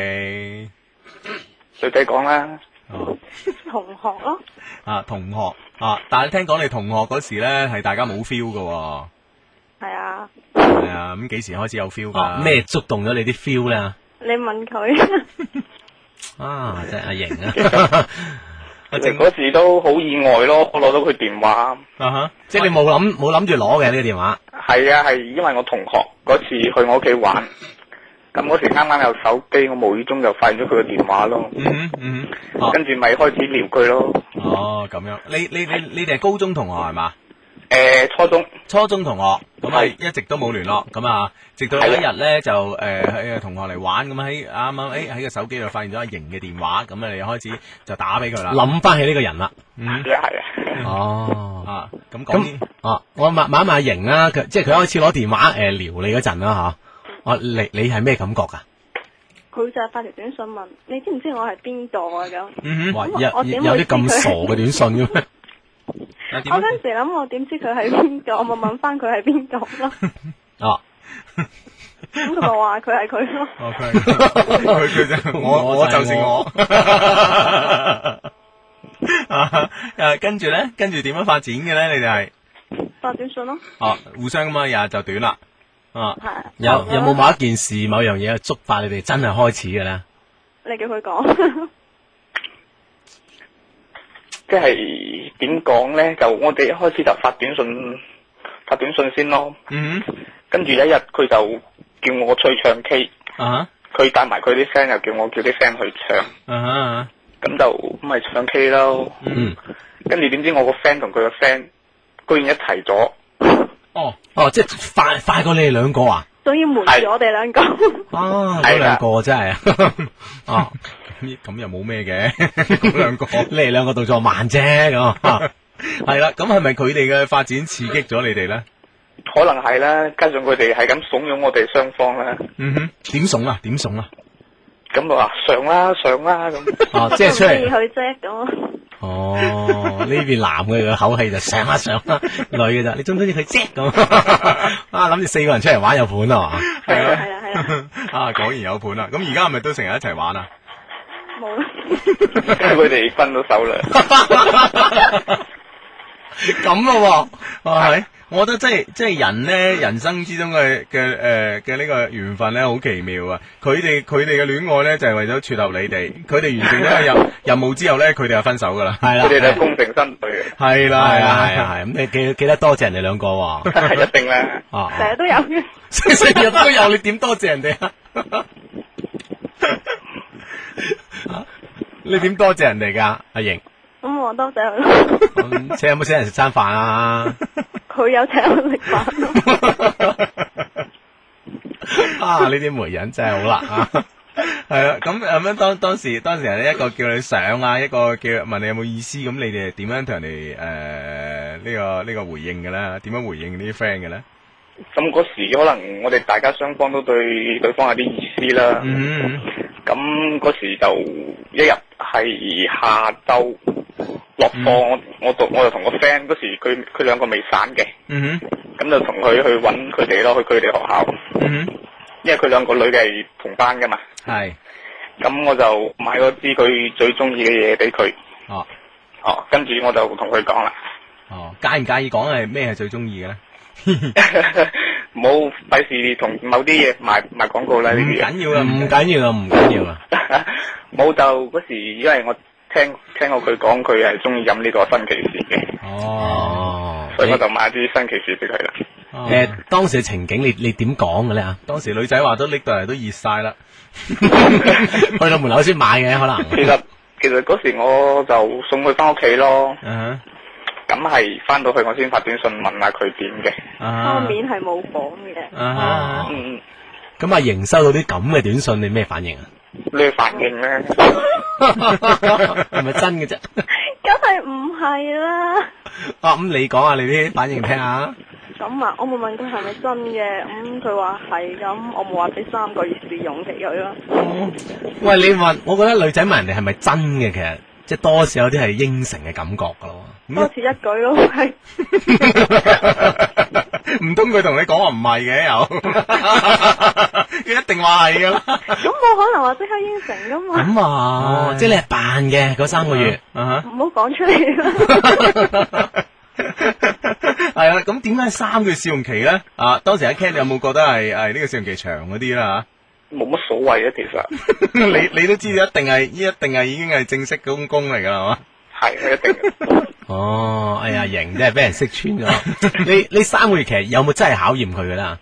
Speaker 7: 女仔讲啦，
Speaker 6: 同學咯，
Speaker 3: 啊同學啊，但係聽講你同學嗰時咧係大家冇 feel 㗎喎，
Speaker 6: 係啊，
Speaker 3: 係啊咁幾時開始有 feel
Speaker 2: 啊
Speaker 3: 㗎？
Speaker 2: 咩觸動咗你啲 feel 咧？
Speaker 6: 你問佢，
Speaker 2: 啊，真係阿瑩啊！
Speaker 3: 阿正
Speaker 7: 嗰時都好意外咯，我攞到佢電話，
Speaker 3: 啊哈，
Speaker 2: 即係你冇諗冇諗住攞嘅呢個電話。
Speaker 7: 係啊係因為我同學嗰次去我屋企玩，咁嗰時啱啱有手機，我無意中就發現咗佢個電話咯，
Speaker 3: 嗯哼嗯哼，
Speaker 7: 跟住咪開始撩佢咯，
Speaker 3: 哦哦咁樣，你你你你哋係高中同學係嘛？
Speaker 7: 诶、初中
Speaker 3: 初中同學，咁啊
Speaker 7: 係
Speaker 3: 一直都冇聯絡，咁啊直到有一日咧就誒喺、同學嚟玩，咁啊喺啱啱誒喺個手機度發現咗阿瑩嘅電話，咁啊你開始就打俾佢啦。
Speaker 2: 諗翻起呢個人啦。
Speaker 3: 嗯
Speaker 7: 係啊係啊，
Speaker 2: 哦，
Speaker 3: 啊，咁講啲
Speaker 2: 咁啊，我問問一問阿瑩啦，啊佢即係佢開始攞電話
Speaker 3: 呃
Speaker 2: 誒撩你嗰陣
Speaker 3: 啊
Speaker 2: 啦嚇。哦，你你係咩感覺 㗎？
Speaker 6: 佢就發條短信問你知唔知我係邊度啊咁，
Speaker 3: 嗯哼，
Speaker 2: 哇，有
Speaker 6: 咁我
Speaker 2: 有
Speaker 6: 點
Speaker 2: 有
Speaker 6: 會
Speaker 2: 啲咁
Speaker 6: 知佢
Speaker 2: 傻嘅短信嘅咩？
Speaker 3: 啊點
Speaker 6: 我
Speaker 3: 啊
Speaker 6: 嗰陣時諗我點知佢喺邊度，我咪問翻佢喺邊度咯，
Speaker 2: 哦，
Speaker 6: 咁佢咪話佢係佢咯，
Speaker 3: 哦佢佢佢就我我就是我。 啊誒跟住咧，跟住點樣發展嘅咧？你哋係
Speaker 6: 發短信咯，
Speaker 3: 哦，互相咁啊，日日就短啦。啊，
Speaker 6: 係啊，
Speaker 2: 有有 冇某一件事、某樣嘢觸發你哋真係開始嘅咧？
Speaker 6: 你叫佢講，
Speaker 7: 即係點講咧？就我哋一開始就發短信，發短信先咯，
Speaker 3: 嗯哼
Speaker 7: 跟住有一日佢就叫我去唱 K。
Speaker 3: 啊
Speaker 7: 佢帶埋佢啲 friend 又叫我叫啲 friend 去唱，
Speaker 3: 哈啊哈啊
Speaker 7: 咁就咪唱 K 咯。
Speaker 3: 哈，嗯，
Speaker 7: 跟住點知我個 friend 同佢個 friend 居然一齊咗，
Speaker 3: 哦，
Speaker 2: 哦，即係快快過你哋兩個啊！
Speaker 6: 仲要瞞住我哋兩個，
Speaker 2: 啊，嗰
Speaker 7: 係㗎
Speaker 2: 兩個真係 啊！
Speaker 3: 咁咁又冇咩 嘅，咁兩個。
Speaker 2: 你哋兩個動作慢啫咁 啊。
Speaker 3: 系啦，咁系咪佢哋嘅發展刺激咗你哋咧？
Speaker 7: 可能係啦，加上佢哋係咁慫恿我哋雙方啦，
Speaker 3: 嗯哼，点怂啊？點怂啊？
Speaker 7: 咁就話上啦上啦咁，
Speaker 2: 哦，即係出
Speaker 6: 我都唔
Speaker 2: 嚟
Speaker 6: 中意佢啫咁，
Speaker 2: 哦，呢邊男嘅個口氣就上一 上啦，女嘅就你中唔中意佢啫咁 啊？諗住四個人出嚟玩有盤啊 嘛？
Speaker 6: 系啦系啦系啦，
Speaker 3: 啊，果然有盤啦！咁而家係咪都成日一齊玩啊？
Speaker 6: 冇啦，
Speaker 7: 佢哋分咗手啦。
Speaker 3: 咁咯喎，係，我覺得即係即係人咧，人生之中嘅嘅誒嘅呢個緣分咧，好奇妙啊！佢哋佢哋嘅戀愛咧，就係為咗撮合你哋，佢哋完成咗個 任任務之後咧，佢哋就分手噶啦。
Speaker 2: 係啦
Speaker 7: 佢，哋就功成身退
Speaker 2: 係
Speaker 3: 係啦，係
Speaker 2: 啦，
Speaker 3: 啦，
Speaker 2: 係啦，係咁你記記得多謝人哋兩個 喎。
Speaker 7: 嘅， 一定啦。
Speaker 2: 啊啊
Speaker 6: 成日都有嘅，
Speaker 3: 成成日都有，你點多謝 人哋啊？
Speaker 2: 啊
Speaker 3: 你點多謝人哋㗎？阿瑩，
Speaker 6: 咁我多谢佢咯，
Speaker 2: 咁請有冇請人食餐飯啊？
Speaker 6: 佢有請我食飯咯。
Speaker 2: 啊，呢啲媒人真係好啦啊！
Speaker 3: 係啦，咁咁樣當當時當時人哋一個叫你上啊，一個叫問你有冇意思，咁你哋點樣同人哋呃誒呢個呢個回應嘅咧？點樣回應呢啲 friend 嘅咧？
Speaker 7: 咁嗰時可能我哋大家雙方都對對方有啲意思啦。
Speaker 3: 嗯，
Speaker 7: 咁嗰時就一日係下晝落課，我我同我就同個 friend 嗰時佢佢兩個未散嘅，
Speaker 3: 嗯
Speaker 7: 咁就同佢去揾佢哋咯，去佢哋學校，
Speaker 3: 哼，嗯
Speaker 7: 因為佢兩個女嘅係同班噶嘛。
Speaker 3: 哼，係，
Speaker 7: 咁我就買咗支佢最中意嘅嘢俾佢。
Speaker 3: 哦
Speaker 7: 哦，跟住我就同佢講啦，
Speaker 3: 哦，介唔介意講係咩係最中意嘅咧？
Speaker 7: 唔好費事同某啲嘢賣賣廣告啦呢
Speaker 3: 唔
Speaker 7: 啲嘢。
Speaker 3: 緊要啊，
Speaker 2: 唔
Speaker 3: 唔緊，
Speaker 2: 緊要啊，唔緊要啊。
Speaker 7: 冇就嗰時，因為我聽聽過佢講，佢係中意飲呢個新奇士嘅，
Speaker 3: 哦，
Speaker 2: 哦，
Speaker 7: 所以我就買支新奇士俾佢啦。
Speaker 3: 誒，
Speaker 2: 誒，當時嘅情景你你點講嘅咧啊？
Speaker 3: 當時女仔話都拎到嚟都熱晒啦，
Speaker 2: 去到門口先買嘅可能。
Speaker 7: 其實其實嗰時我就送佢翻屋企咯，
Speaker 3: 嗯
Speaker 7: 咁係翻到去我先發短信問下佢點嘅。
Speaker 3: 哼，啊
Speaker 6: 當面係冇講嘅，
Speaker 3: 啊哈
Speaker 2: 哦
Speaker 7: 嗯，
Speaker 2: 咁啊，瑩收到啲咁嘅短信，你咩反應 啊？
Speaker 7: 呢個反應咧，
Speaker 2: 係咪真嘅啫？
Speaker 6: 梗係唔係啦。
Speaker 2: 啊，咁你講下你啲反應聽下。
Speaker 6: 咁啊，我冇問佢係咪真嘅，咁佢話係，咁我冇話俾三個月試用期佢啦。
Speaker 2: 喂，你問，我覺得女仔問人哋係咪真嘅，其實即係多少有啲係應承嘅感覺噶咯。啊
Speaker 6: 多此一舉咯， 係
Speaker 3: 唔通佢同你講話唔係嘅又， 佢一定話係噶啦。
Speaker 6: 咁冇可能話即刻應承噶嘛，
Speaker 2: 咁啊，
Speaker 3: 唉
Speaker 2: 即係你係扮嘅嗰三個月。
Speaker 3: 啊
Speaker 6: 唔好講出嚟啦。
Speaker 3: 係啦，咁點解三個月試用期咧？啊，當時阿 Ken 有冇覺得係係呢個試用期長嗰啲啦
Speaker 7: 冇乜所謂啊，其實
Speaker 3: 嚇 你你都知道一定係一定係已經係正式公公嚟㗎啦，係嘛？
Speaker 7: 係一定。
Speaker 2: 哦，哎呀，瑩真係俾人識穿 咗。你你三個月其實有冇真係考驗佢噶啦？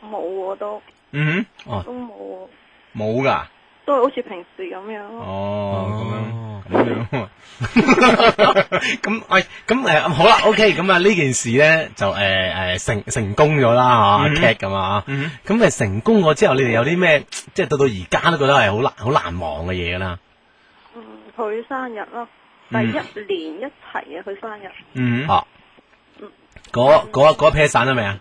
Speaker 2: 哦
Speaker 6: 冇喎，都
Speaker 3: 嗯
Speaker 6: 都冇喎，
Speaker 3: 哼，冇㗎。
Speaker 6: 都係好似平時咁樣咯。
Speaker 3: 哦
Speaker 2: 哦，
Speaker 3: 咁樣咁樣。
Speaker 2: 咁喂，咁誒好啦，OK，咁啊呢件事咧就誒誒成成功咗啦
Speaker 3: 嗯
Speaker 2: 嚇，cat 咁啊，
Speaker 3: 嗯
Speaker 2: 咁誒成功咗之後，你哋有啲咩即係到到而家都覺得係好難好難忘嘅嘢啦。
Speaker 6: 嗯，佢生日咯，第一年一齊嘅佢生日，
Speaker 3: 嗯
Speaker 2: 啊，嗰嗰嗰 pair 散咗 未啊？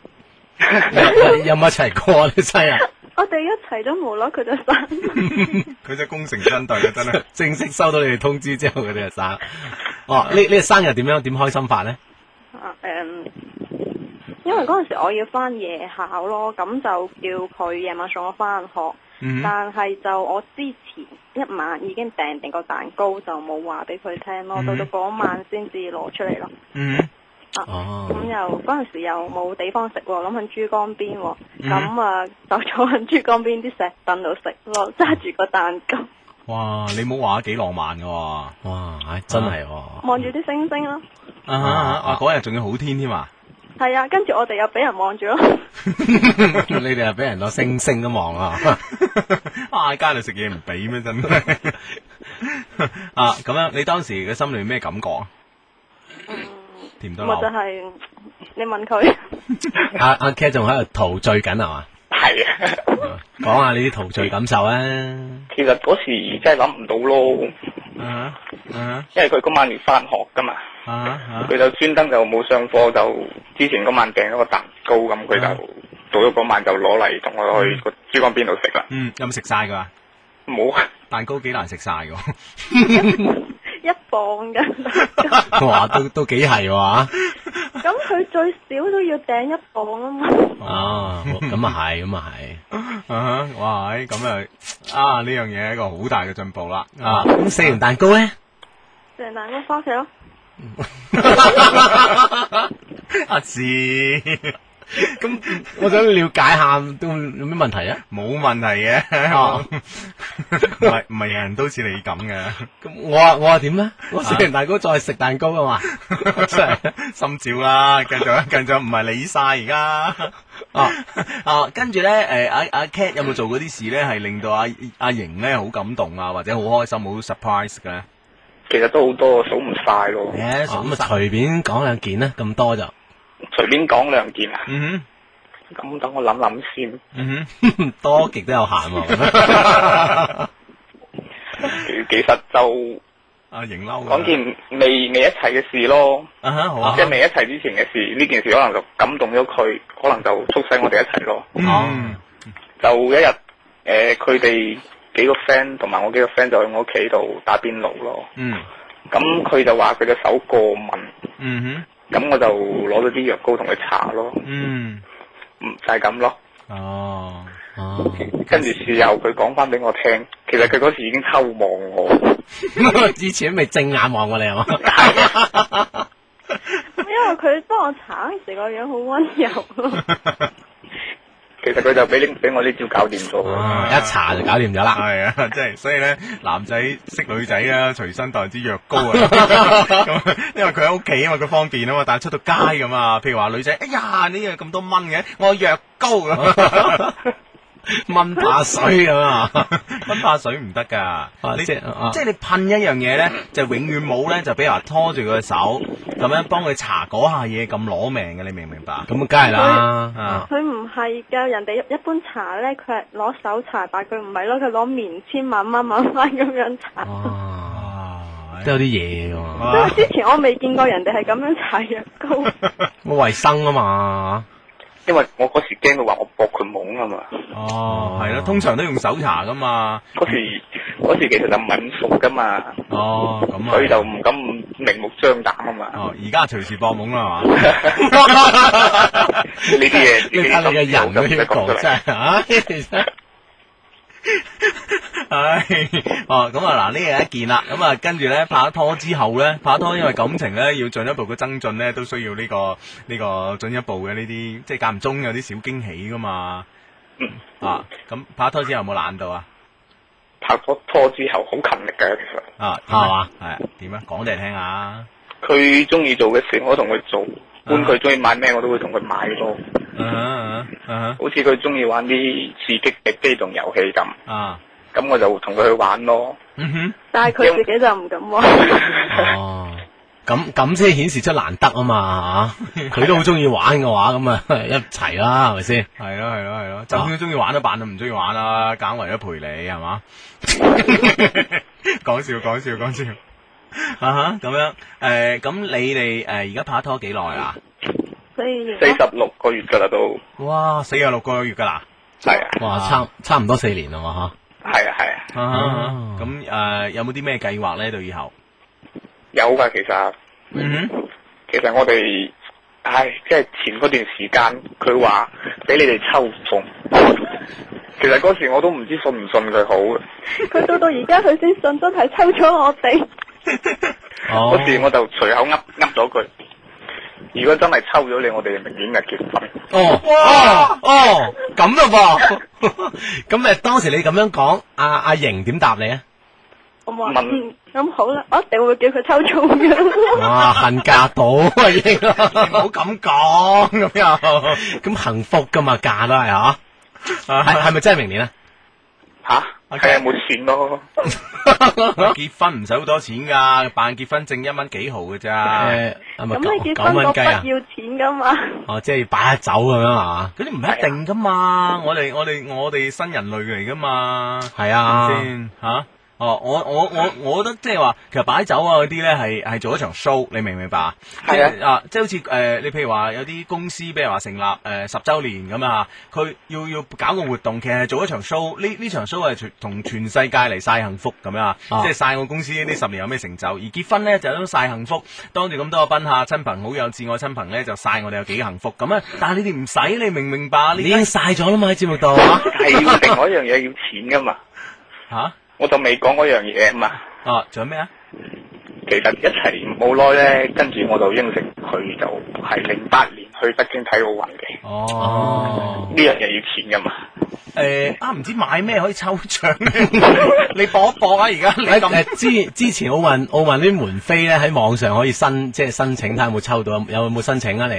Speaker 2: 有有冇一齊過啊？你生日
Speaker 6: 我哋一齊都冇耐佢就生日，
Speaker 3: 佢真係功成身退 啊！真係。
Speaker 2: 正式收到你哋通知之後，佢哋就散。哦，呢呢個生日點樣點開心法咧？
Speaker 6: 啊誒，因為嗰陣時我要翻夜校咯，咁就叫佢夜晚送我翻學。
Speaker 3: 嗯哼
Speaker 6: 但係就我之前一晚已經訂定個蛋糕，就冇話俾佢聽咯，
Speaker 3: 嗯
Speaker 6: 到到嗰晚先至攞出嚟咯。
Speaker 3: 嗯哼
Speaker 2: 哦
Speaker 6: 咁，又嗰陣時又冇地方食喎，諗喺珠江邊喎，
Speaker 3: 嗯
Speaker 6: 咁啊就坐喺珠江邊啲石凳度食 咯，揸住個蛋糕，
Speaker 3: 哇！你冇話幾浪漫㗎喎。
Speaker 2: 哇，唉真係喎，
Speaker 6: 望住啲星星咯。
Speaker 3: 啊啊！嗰日仲要好天添啊！
Speaker 6: 係啊，跟住我哋又俾人望住咯，
Speaker 2: 你哋又俾人攞星星咁望啊！
Speaker 3: 啊，街度食嘢唔俾咩 真係啊！咁樣你當時嘅心裏咩感覺啊？甜到
Speaker 6: 咪啊就
Speaker 3: 流，
Speaker 6: 係、你問佢，
Speaker 2: 阿阿 K 仲喺度陶醉緊係嘛？
Speaker 7: 係啊，
Speaker 2: 講下你啲陶醉感受啊！
Speaker 7: 其實嗰時真係諗唔到咯，
Speaker 3: 啊啊
Speaker 7: 因為佢嗰晚要翻學噶嘛，
Speaker 3: 啊啊！
Speaker 7: 佢就專登就冇上課，就之前嗰晚訂咗個蛋糕，咁佢就到咗嗰晚就攞嚟同我去個珠江邊度食啦。
Speaker 3: 嗯，有冇食晒㗎？
Speaker 7: 冇啊，
Speaker 3: 蛋糕幾難食晒㗎，
Speaker 6: 一放嘅。
Speaker 2: 哇，都都几系喎啊！
Speaker 6: 咁佢最少都要掟一磅啊嘛。
Speaker 2: 啊，咁啊系，咁啊系。
Speaker 3: 啊哈哇！咁啊，啊呢樣嘢係一個好大嘅進步啦。
Speaker 2: 啊，咁食完蛋糕咧，
Speaker 6: 成蛋糕翻屋企咯，
Speaker 3: 阿志
Speaker 2: 咁 我想了解下，都有咩問題啊？
Speaker 3: 冇問題嘅
Speaker 2: 哦，
Speaker 3: 唔係唔係人人都似你咁嘅，
Speaker 2: 咁我啊我啊點咧？我食完蛋糕再食蛋糕啊嘛，真係
Speaker 3: 心照啦，繼續 繼續，唔係你晒而家。
Speaker 2: 啊！
Speaker 3: 啊，跟住咧，诶、阿阿 Cat 有冇做過啲事咧，係令到阿阿瑩咧好感動啊，或者好開心、好 surprise 嘅咧？
Speaker 7: 其實都好多數唔晒咯，
Speaker 3: 诶
Speaker 2: 咁啊，隨便講兩件啦，咁多就
Speaker 7: 隨便講兩件啊。
Speaker 3: 嗯
Speaker 7: 咁等我諗諗先，
Speaker 3: 哼，嗯
Speaker 2: 多極都有限 喎。
Speaker 7: 呃其其實就
Speaker 3: 哼，阿瑩嬲㗎
Speaker 7: 講件未未一齊嘅事咯，
Speaker 3: 啊嗯哈，好啊
Speaker 7: 即，係未一齊之前嘅事，呢件事可能就感動咗佢，可能就促使我哋一齊咯。
Speaker 3: 嗯，
Speaker 7: 就一日，誒佢哋幾個 friend 同埋我幾個 friend 就去我屋企度打邊爐咯。
Speaker 3: 嗯，
Speaker 7: 咁佢就話佢隻手過敏，
Speaker 3: 嗯
Speaker 7: 咁我就攞咗啲藥膏同佢搽咯，
Speaker 3: 哼，嗯，
Speaker 7: 嗯就係咁咯。
Speaker 3: 哦，
Speaker 2: 哦，
Speaker 7: 跟住事後佢講翻俾我聽，其實佢嗰時已經偷望我，
Speaker 2: 以前都未正眼望過你係嘛？
Speaker 6: 因為佢幫我查嗰時個樣好温柔咯。
Speaker 7: 其實佢就俾你俾我呢招搞掂咗。
Speaker 3: 嗯
Speaker 2: 啊一查就搞掂咗啦。
Speaker 3: 係啊，即係所以咧，男仔識女仔啊，隨身帶支藥 膏啊，咁因為佢喺屋企啊嘛，佢方便啊嘛，但係出到街咁啊，譬如話女仔，哎呀，呢樣咁多蚊嘅，我有藥膏啊 咁，
Speaker 2: 蚊怕水咁 啊！
Speaker 3: 蚊怕水唔得㗎，
Speaker 2: 啊
Speaker 3: 你
Speaker 2: 即係啊
Speaker 3: 即係你噴一樣嘢咧，就永遠冇咧，就俾人拖住佢嘅手咁樣幫佢搽嗰下嘢咁攞命嘅，你明唔明白？
Speaker 2: 咁梗係啦，
Speaker 3: 啊
Speaker 2: 啊
Speaker 6: 佢唔係㗎，人哋一般搽咧，佢係攞手搽，但係佢唔係咯，佢攞棉簽啊慢慢慢慢咁樣搽。
Speaker 2: 哇
Speaker 3: 啊
Speaker 2: 都有啲嘢喎，
Speaker 6: 因為
Speaker 3: 哇
Speaker 6: 之前我未見過人哋係咁樣搽藥膏，
Speaker 2: 冇衞生啊嘛。
Speaker 7: 因為我嗰時驚佢話我搏佢懵啊嘛，
Speaker 3: 哦，係咯，通常都用手搽㗎嘛。
Speaker 7: 嗰時嗰時其實就唔係咁熟噶嘛，
Speaker 3: 哦，咁啊。
Speaker 7: 所以就唔敢明目張膽啊嘛。
Speaker 3: 哦，而家隨時搏懵啦，係嘛？
Speaker 7: 呢啲 嘢
Speaker 2: 你睇你嘅人都要講真係啊！
Speaker 3: 唉，哦，咁啊嗱，呢係一件啦，咁啊跟住咧拍咗拖之後咧，拍咗拖因為感情咧要進一步嘅增進咧，都需要呢、個呢、個進一步嘅呢啲，即係間唔中有啲小驚喜噶嘛。啊，咁拍咗拖之後有冇懶到啊？
Speaker 7: 拍咗拖之後好勤力嘅，其實
Speaker 3: 啊，點啊
Speaker 2: 係嘛？
Speaker 3: 係啊點啊？講嚟聽下。
Speaker 7: 佢中意做嘅事我都同佢做，般佢中意買咩我都會同佢買咯。
Speaker 2: 啊
Speaker 3: 嗯嗯嗯
Speaker 7: 好似佢中意玩啲刺激嘅機動遊戲咁，
Speaker 3: 嗯啊，
Speaker 7: 咁我就同佢去玩咯。
Speaker 3: 嗯哼。
Speaker 6: 但係佢自己就唔敢 喎。
Speaker 2: 哦，咁咁先顯示出難得 啊嘛嚇！佢都好中意玩嘅話，咁啊 一齊啦，係咪先？
Speaker 3: 系咯系咯系咯，就算中意玩都扮到唔中意玩啦，揀為咗陪你係嘛？ 講笑講笑講笑啊哈咁樣诶，咁、你哋诶而家拍拖幾耐啊啦？
Speaker 6: 所以
Speaker 7: 四十六個月㗎啦都，
Speaker 3: 哇，四廿六個月㗎啦，
Speaker 7: 係啊，
Speaker 2: 哇，差差唔多四年啦嘛
Speaker 7: 係啊，係啊，
Speaker 3: 啊哈
Speaker 2: 哦
Speaker 3: 咁诶、誒有冇啲咩計劃咧？對以後？
Speaker 7: 有㗎其實。
Speaker 3: 嗯
Speaker 7: 其實我哋，唉，即係前嗰段時間，佢話俾你哋抽中，其實嗰時我都唔知信唔信佢好嘅。
Speaker 6: 佢到到而家佢先信，真係抽咗我哋。
Speaker 2: 嚇。哦
Speaker 7: 嗰時我就隨口噏噏咗句，如果真係抽咗你，我哋明年就結婚。
Speaker 2: 哦哦哦，咁咯噃。 咁誒，當時你咁樣講，阿阿瑩點答你啊？
Speaker 6: 我話
Speaker 7: 問
Speaker 6: 嗯咁好啦，我一定會叫佢抽中嘅。
Speaker 2: 哇，恨嫁到啊已經，
Speaker 3: 唔好咁講咁又
Speaker 2: 咁幸福噶嘛嫁都係嚇，係係咪真係明年啊？
Speaker 7: 吓，睇下有冇錢咯。
Speaker 3: 結婚唔使好多錢㗎，辦結婚證一蚊幾毫㗎咋，
Speaker 2: 誒係咪
Speaker 6: 咁你
Speaker 2: 九
Speaker 6: 結
Speaker 2: 九
Speaker 6: 婚
Speaker 2: 蚊
Speaker 6: 嗰
Speaker 2: 雞
Speaker 6: 筆
Speaker 2: 啊？
Speaker 6: 要錢噶嘛？
Speaker 2: 哦，即係擺一酒咁樣啊？
Speaker 3: 嗰啲唔一定㗎嘛，我哋我哋我哋新人類嚟㗎嘛。
Speaker 2: 係啊。
Speaker 3: 先吓？哦，我我我我覺得即係話，其實擺酒啊嗰啲咧係係做一場 show，你明唔明白啊？即
Speaker 7: 係啊
Speaker 3: 係啊，即係好似誒、呃你譬如話有啲公司，譬如話成立誒、呃十週年咁啊，佢要要搞個活動，其實係做一場 show，呢呢場 show 係全同全世界嚟晒幸福咁樣啊，
Speaker 2: 啊
Speaker 3: 即係晒我公司呢十年有咩成就，而結婚咧就係一種晒幸福，當住咁多個賓客、親朋好友、至愛親朋咧就晒我哋有幾幸福咁啊！但係你哋唔使，你明唔明白啊？
Speaker 2: 你
Speaker 3: 你
Speaker 2: 已經晒咗啦嘛喺節目 度，
Speaker 7: 係要定嗰樣嘢要錢噶嘛，
Speaker 3: 嚇
Speaker 7: 我就未講嗰樣嘢啊嘛。
Speaker 3: 啊，仲有咩啊？
Speaker 7: 其實一齊冇耐咧，跟住我就應承佢就係零八年去北京睇奧運嘅，
Speaker 3: 哦
Speaker 7: 呢樣嘢要錢噶嘛。
Speaker 3: 诶、啊，唔知買咩可以抽獎咧？你搏一搏啊！而 家你
Speaker 2: 誒
Speaker 3: 咁
Speaker 2: 誒之之前奧運奧運啲門飛咧喺網上可以申即係申請，睇下有冇抽到，有冇申請啊你？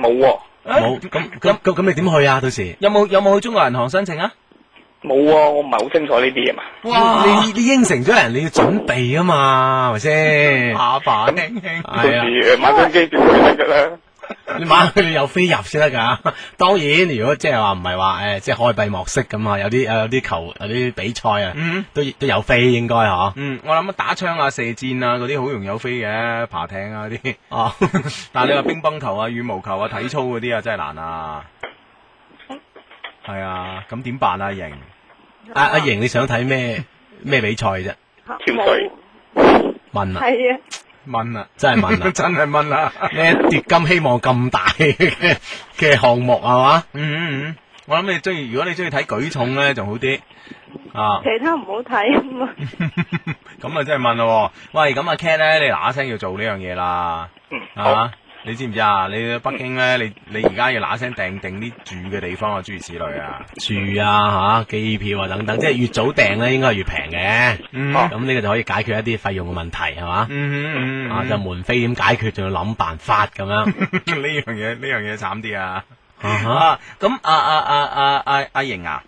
Speaker 7: 冇喎、
Speaker 2: 冇哎咁咁咁咁你點去啊？到時
Speaker 3: 有冇有冇去中國銀行申請啊？
Speaker 7: 冇喎、我唔係好清楚呢啲嘢嘛。
Speaker 3: 哇
Speaker 2: 你你應承咗人，你要準備啊嘛，係咪 先？
Speaker 3: 下巴輕輕
Speaker 7: 到
Speaker 2: 係啊。
Speaker 7: 時誒呃買張機票就得㗎啦。
Speaker 2: 你買佢有飛入先得㗎。 當然，如果即係話唔係話誒，即係開閉幕式咁啊，有啲有啲球有啲比賽啊，
Speaker 3: 嗯
Speaker 2: 都都有飛應該嗬。
Speaker 3: 嗯，我諗打槍啊、射箭啊嗰啲好容易有飛嘅，爬艇啊嗰啲。
Speaker 2: 哦，
Speaker 3: 但係你話乒乓球啊、羽毛球啊、體操嗰啲啊，真係難啊。係啊，咁點辦啊？瑩
Speaker 2: 阿阿瑩，你想睇咩咩比賽啫？
Speaker 7: 跳水
Speaker 2: 問啊，
Speaker 6: 系啊，
Speaker 3: 問啊，
Speaker 2: 真係問啊！
Speaker 3: 真係問啊。
Speaker 2: 咩奪金希望咁大嘅嘅項目係嘛？
Speaker 3: 嗯嗯嗯，我諗你中意，如果你中意睇舉重咧，仲好啲啊。
Speaker 6: 其他唔好睇啊 嘛。
Speaker 3: 咁啊真係問咯喎，喂，咁阿啊 Cat 咧，你嗱嗱聲要做呢樣嘢啦，
Speaker 7: 嗯，
Speaker 3: 係
Speaker 7: 好，
Speaker 3: 嘛？你知唔知啊？你去北京咧，你你而家要嗱嗱聲訂定啲住嘅地方啊，諸如此類啊。
Speaker 2: 住啊嚇、機票啊等等，即係越早訂哦咧，應該係越平嘅。
Speaker 3: 嗯
Speaker 2: 咁呢個就可以解決一啲費用嘅問題係嘛？
Speaker 3: 嗯嗯嗯，
Speaker 2: 啊，就門飛點解決，仲要諗辦法咁 樣。
Speaker 3: 呢樣嘢呢樣嘢慘啲啊！
Speaker 2: 啊哈
Speaker 3: 啊，咁啊啊啊啊啊阿瑩啊，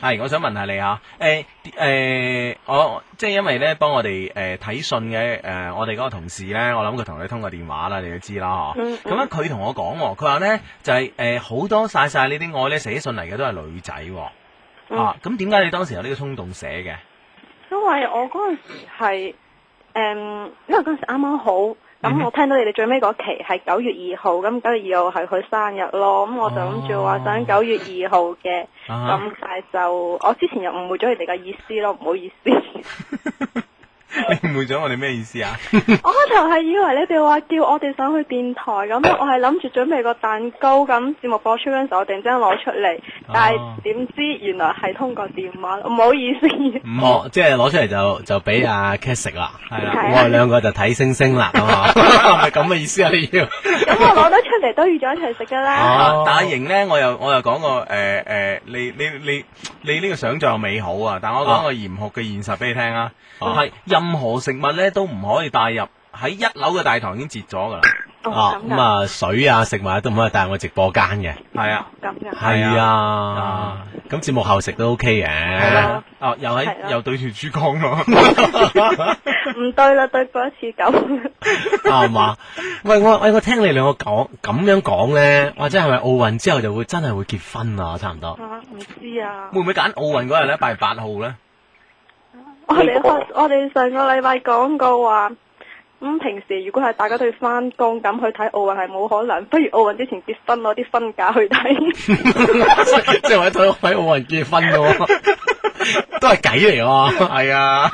Speaker 3: 阿瑩，我想問下你啊，誒、誒、我即係因為咧幫我哋誒睇信嘅誒、我哋嗰個同事咧，我諗佢同你通過電話啦，你都知啦嗬。
Speaker 6: 嗯
Speaker 3: 咁咧佢同我講喎，佢話咧就係誒好多晒晒呢啲愛咧寫信嚟嘅都係女仔喎。
Speaker 6: 嗯
Speaker 3: 啊，咁點解你當時有呢個衝動寫嘅？
Speaker 6: 因為我嗰陣時係誒、嗯因為嗰陣時啱啱好，
Speaker 3: 嗯哼
Speaker 6: 咁我聽到你哋最尾嗰期係九月二號，咁九月二號係佢生日咯，咁我就諗住
Speaker 3: 哦
Speaker 6: 話想九月二號嘅，
Speaker 3: 啊
Speaker 6: 咁但係就我之前又誤會咗你哋嘅意思咯，唔好意 思，
Speaker 3: 你誤會咗我哋咩意思啊？
Speaker 6: 我開頭係以為你哋話叫我哋上去電台，咁我係諗住準備個蛋糕，咁節目播出嗰陣時我突然之間攞出嚟，
Speaker 3: 哦
Speaker 6: 但係點知原來係通過電話，唔好意思，
Speaker 3: 唔
Speaker 2: 哦，即係攞出嚟就就俾阿 Cat 食啦，系
Speaker 3: 係啦
Speaker 6: 係啊
Speaker 2: 我哋兩個就睇星星啦，係
Speaker 3: 啊
Speaker 2: 嘛？係咪咁嘅意思啊？你要
Speaker 6: 咁我攞得出嚟都預咗一齊食㗎啦。
Speaker 3: 啊
Speaker 2: 哦！
Speaker 3: 但阿瑩咧，我又我又講個誒誒，你你你你呢個想像美好啊！但我講
Speaker 2: 哦
Speaker 3: 個嚴酷嘅現實俾你聽啊，
Speaker 2: 啊
Speaker 3: 係任何食物咧都唔可以帶入喺一樓嘅大堂已經截咗㗎啦，
Speaker 6: 哦
Speaker 2: 啊
Speaker 6: 咁
Speaker 2: 咁
Speaker 6: 㗎，
Speaker 2: 啊，水啊食物都唔可以帶我直播間嘅，
Speaker 3: 係啊，
Speaker 6: 咁㗎。
Speaker 2: 係啊
Speaker 3: 啊，
Speaker 2: 咁節目後食都 OK 嘅
Speaker 6: 啦，
Speaker 3: 啊又
Speaker 6: 係
Speaker 3: 喺
Speaker 6: 啦
Speaker 3: 又對住珠江咯，
Speaker 6: 唔對啦，對過一次咁，
Speaker 2: 啱啊嘛？喂我喂我聽你兩個講咁樣講咧，或者係咪奧運之後就會真係會結婚啊？差唔多
Speaker 6: 啊唔知啊。
Speaker 3: 會唔會揀奧運嗰日咧？八月八號咧？
Speaker 6: 我哋開我哋上個禮拜講過話，咁、平時如果係大家都要翻工，咁去睇奧運係冇可能，不如奧運之前結婚攞啲婚假去 睇。
Speaker 2: 即係我睇喺奧運結婚嘅 喎，都係計嚟喎，
Speaker 3: 係啊，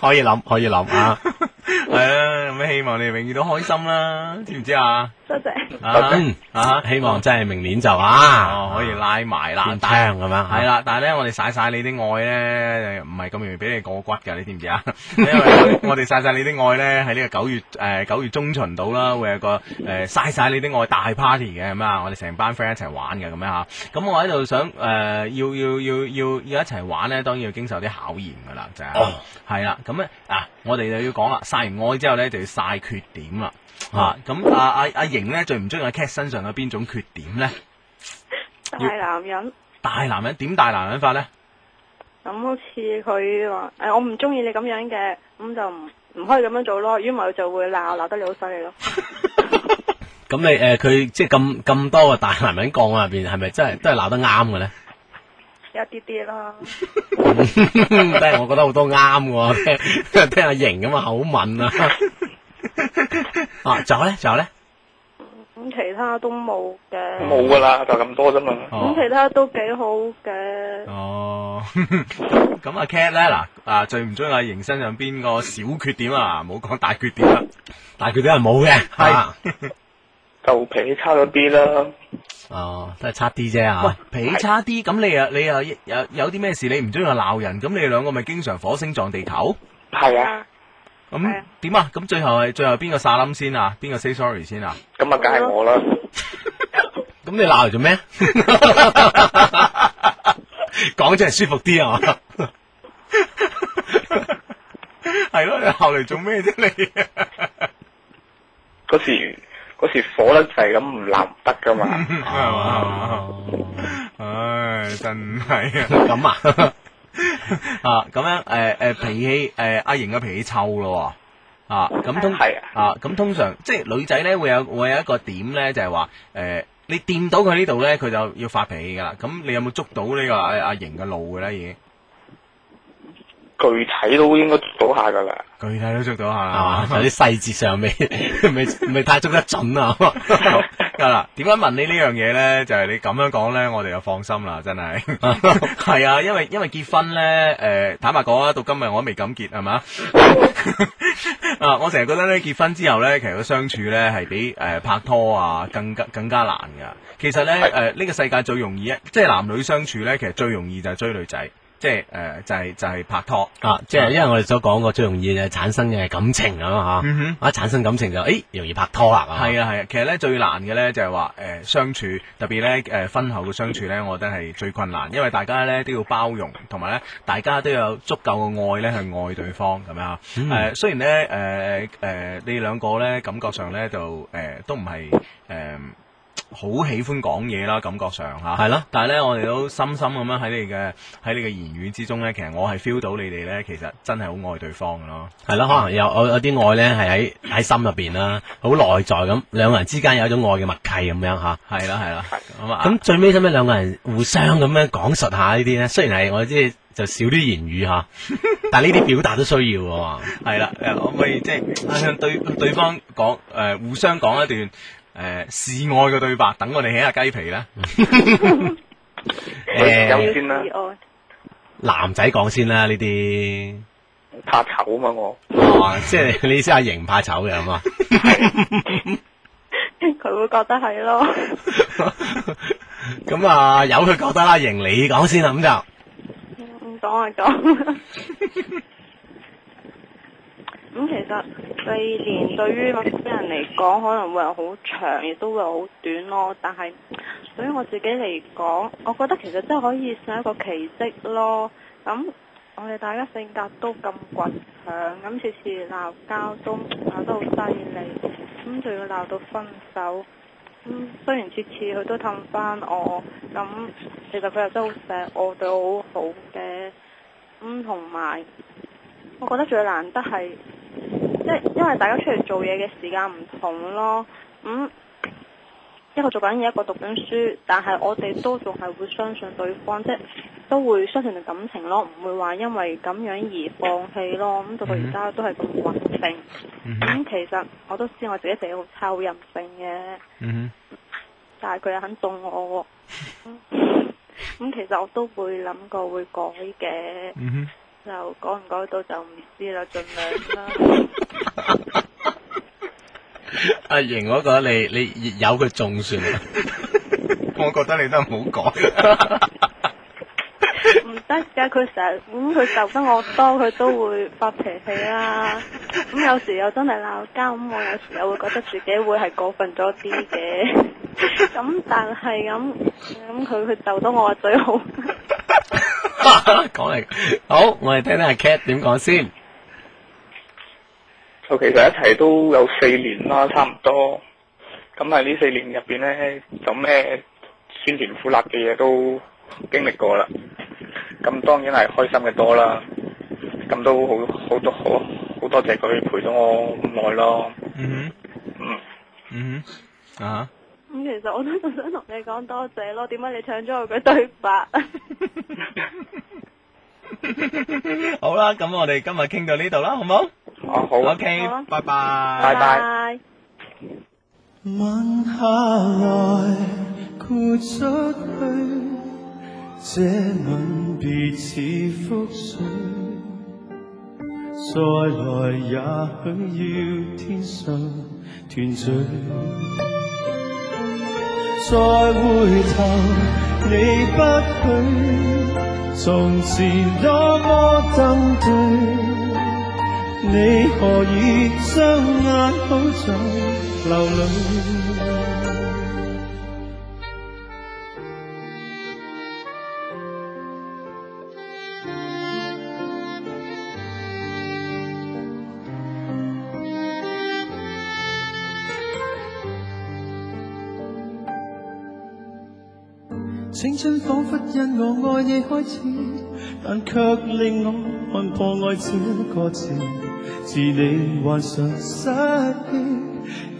Speaker 2: 可以諗可以諗啊！
Speaker 3: 係啊，咁希望你哋永遠都開心啦，知唔知啊？
Speaker 6: 多謝。
Speaker 3: 啊
Speaker 2: 嗯
Speaker 3: 啊，
Speaker 2: 希望真係明年就啊，
Speaker 3: 哦可以拉埋啦啊
Speaker 2: 冷，槍咁樣，啦，
Speaker 3: 系啦，但系咧，我哋晒晒你啲愛咧，唔係咁容易俾你過骨㗎，你知唔知啊？因為我哋我哋晒晒你啲愛咧，喺呢個九月诶九、月中旬到啦，會有個诶晒晒你啲愛大 party 嘅咁啊，我哋成班 friend 一齊玩嘅咁樣吓。咁我喺度想诶、呃要要要要要一齊玩咧，當然要經受啲考驗㗎啦，就係
Speaker 2: 哦
Speaker 3: 係啦。咁咧啊，我哋就要講啦，晒完愛之後咧，就要晒缺點啦。啊，咁啊阿阿瑩咧最唔中意阿 Cat 身上有邊種缺點咧？
Speaker 6: 大男人，
Speaker 3: 大男人點大男人法咧？
Speaker 6: 咁好似佢話誒，我唔中意你咁樣嘅，咁就唔唔可以咁樣做咯。如果唔係佢就會鬧，鬧得你好犀利咯。
Speaker 2: 咁你
Speaker 3: 呃
Speaker 2: 誒佢即係咁咁多個大男人降入邊，係咪真係都係鬧得啱嘅咧？
Speaker 6: 一啲啲啦。
Speaker 2: 但係我覺得好多啱 喎，聽聽下型咁啊，口吻啊。啊，仲有咧，仲有咧，
Speaker 6: 咁其他都冇嘅，
Speaker 7: 冇噶啦，就咁多啫嘛。
Speaker 3: Ờ.
Speaker 6: 咁其他都幾好嘅。
Speaker 3: 哦， 咁阿 Cat 咧嗱，啊最唔中意阿盈身上邊個小缺點啊，唔好講大缺點啦。
Speaker 2: 但係佢啲人冇嘅，啊係
Speaker 7: 就脾氣差咗啲啦，
Speaker 2: 哦，都係差啲啫
Speaker 3: 喂
Speaker 2: 嚇。，
Speaker 3: 脾啊差啲，咁你啊你啊有有啲咩事你唔中意就鬧人，咁你哋兩個咪經常火星撞地球？
Speaker 7: 係啊，
Speaker 6: 係
Speaker 3: 咁
Speaker 6: 啊
Speaker 3: 點啊？咁最後係最後邊個撒冧先啊？邊個 say sorry 先啊？
Speaker 7: 咁啊，梗係我啦。
Speaker 2: 咁你鬧嚟做 咩？講真係舒服啲啊！
Speaker 3: 係咯，你後嚟做咩啫你？
Speaker 7: 嗰時嗰時火得滯咁唔鬧唔得噶嘛，
Speaker 3: 係嘛？唉，真係啊！
Speaker 2: 咁啊，
Speaker 3: 啊，咁樣誒誒脾氣誒阿瑩嘅脾氣臭咯喎，啊咁通
Speaker 7: 係啊
Speaker 3: 啊咁通常即係女仔咧會有會有一個點咧就係話誒你掂到佢呢度咧佢就要發脾氣噶啦，咁你有冇捉到呢個阿阿瑩嘅路嘅咧已經？
Speaker 7: 具體都應該做到下噶啦。
Speaker 3: 具體都捉到下
Speaker 2: 係
Speaker 3: 啦
Speaker 2: 嘛，，啊有啲細節上未 未未太捉得準 啊！
Speaker 3: 嗱，點解問你呢樣嘢咧？就係、你咁樣講咧，我哋就放心啦，真 係。係啊，因為因為結婚咧，誒、坦白講啊，到今日我都未敢結，係嘛？ 啊，我成日覺得咧，結婚之後咧，其實個相處咧係比誒、拍拖啊更加更加難噶。其實咧，誒呢、個世界最容易一，即係男女相處咧，其實最容易就係追女仔，即係誒、就係、就係、拍拖。
Speaker 2: 啊，即係因為我哋所講過最容易就係產生嘅感情咁啊
Speaker 3: 嗯哼。
Speaker 2: 嚇，一產生感情就誒容易拍拖啦，
Speaker 3: 係啊係啊，其實咧最難嘅咧就係話誒相處，特別咧誒婚後嘅相處咧，我覺得係最困難，因為大家咧都要包容，同埋咧大家都有足夠嘅愛咧去愛對方咁樣。誒、雖然咧誒誒你兩個咧感覺上咧就誒、都唔係誒。好喜歡講嘢啦，感覺上嚇，
Speaker 2: 係咯
Speaker 3: 但係咧，我哋都深深咁樣喺你嘅喺你嘅言語之中咧，其實我係 feel 到你哋咧，其實真係好愛對方嘅咯。
Speaker 2: 係咯，可能有有有啲愛咧係喺喺心入邊啦，好內在咁，兩個人之間有一種愛嘅默契咁樣嚇。
Speaker 3: 係啦係啦，咁啊
Speaker 2: 咁最尾使唔使兩個人互相咁樣講述下呢啲咧？雖然係我知就少啲言語 嚇，但係呢啲表達都需要嘅
Speaker 3: 系啦，誒可唔可以即係向對對方講誒、互相講一段誒、示愛嘅對白，等我哋起下雞皮啦。
Speaker 2: 喎。
Speaker 7: 有
Speaker 2: 誒
Speaker 7: 先啦
Speaker 6: 意 外
Speaker 2: 男仔講先啦呢啲，
Speaker 7: 怕醜啊嘛我，
Speaker 2: 哦，即係你意思阿型怕醜嘅係嘛？
Speaker 6: 佢會覺得係咯。
Speaker 2: 咁啊，由佢覺得啦，型你講先啦，咁就。
Speaker 6: 唔講就講。 咁其實四年對於某啲人嚟講，可能會係好長，亦都會係好短咯。但係對於我自己嚟講，我覺得其實真係可以算一個奇蹟咯。咁我哋大家性格都咁倔強，咁次次鬧交都鬧得好犀利，咁仲要鬧到分手。咁雖然次次佢都氹翻我，咁其實佢又真係好錫我，對我好好嘅。咁同埋，我覺得最難得係，即係因為大家出嚟做嘢嘅時間唔同咯。咁、一個做緊嘢，一個讀緊書，但係我哋都仲係會相信對方，即係都會相信嘅感情咯，唔會話因為咁樣而放棄咯。咁到到而家都係咁穩定。咁、其實我都知我自己係好差好任性嘅。
Speaker 3: 嗯
Speaker 6: 但係佢又肯中我喎。咁其實我都會諗過會改嘅，
Speaker 3: 嗯
Speaker 6: 就改唔改到就唔知啦，盡量啦。
Speaker 2: 阿瑩嗰個你你有佢中算啦，
Speaker 3: 我覺得你都唔好改。
Speaker 6: 唔得㗎，佢成日咁佢受得我多，佢都會發脾氣啦。咁有時又真係鬧交，咁我有時又會覺得自己會係過分咗啲嘅。咁但係咁咁佢佢就得我係最好。
Speaker 2: 講嚟好，我哋聽聽阿 Cat 點講先。
Speaker 7: 就其實一齊都有四年啦，差唔多。咁喺呢四年入邊咧，就咩酸甜苦辣嘅嘢都經歷過啦。咁當然係開心嘅多啦。咁都好好多好好多謝佢陪咗我咁耐咯。
Speaker 3: 嗯
Speaker 7: 嗯，
Speaker 3: 嗯啊
Speaker 6: 咁咁其實我都仲想同你講多謝咯，點解你搶咗我嘅對白？
Speaker 3: 好啦，咁我哋今日傾到呢度啦，好冇
Speaker 7: 啊好啊，
Speaker 3: ？OK，
Speaker 6: 好啊
Speaker 3: 拜拜。
Speaker 7: 拜拜。
Speaker 8: 慢下來，豁出去，這吻別似覆水，再來也許要天上團聚。再回頭，你不許從前多麼登對。你何以雙眼好在流淚？青春仿佛因我愛你開始，但卻令我看破愛這個字。自你患上失憶，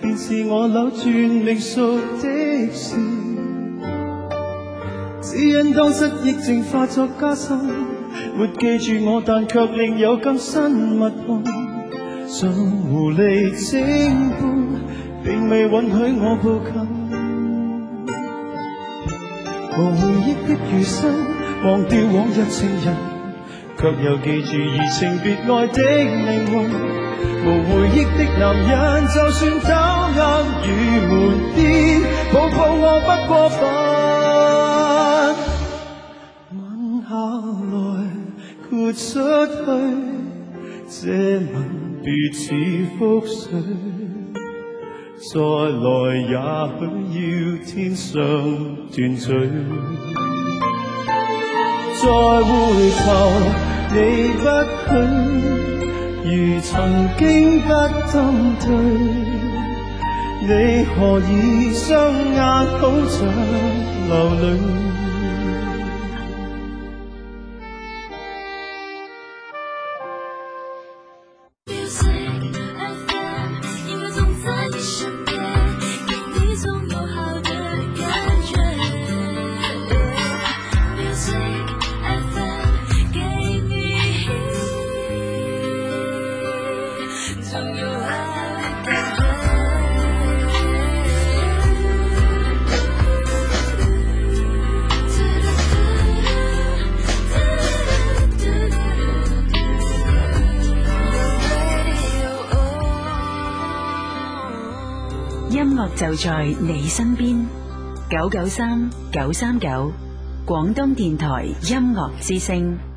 Speaker 8: 便是我扭轉命數的事。只因當失憶症化作加深，沒記住我，但卻另有更新物品。像狐狸精般，並未允許我抱近。無回憶的餘生，忘掉往日情人，卻又記住移情別愛的靈魂。無回憶的男人，就算走暗與門邊，抱抱我不過分。吻下來，豁出去，這吻別似覆水。再來也許要天上團聚。再回頭，你不許如曾經不針對，你何以雙眼好像流淚？
Speaker 1: music FM，音乐总在你身边，给你总有好的感觉。music FM，给你总有好的感觉。
Speaker 9: 音樂就在你身邊，九九三九三九，廣東電台音樂之聲。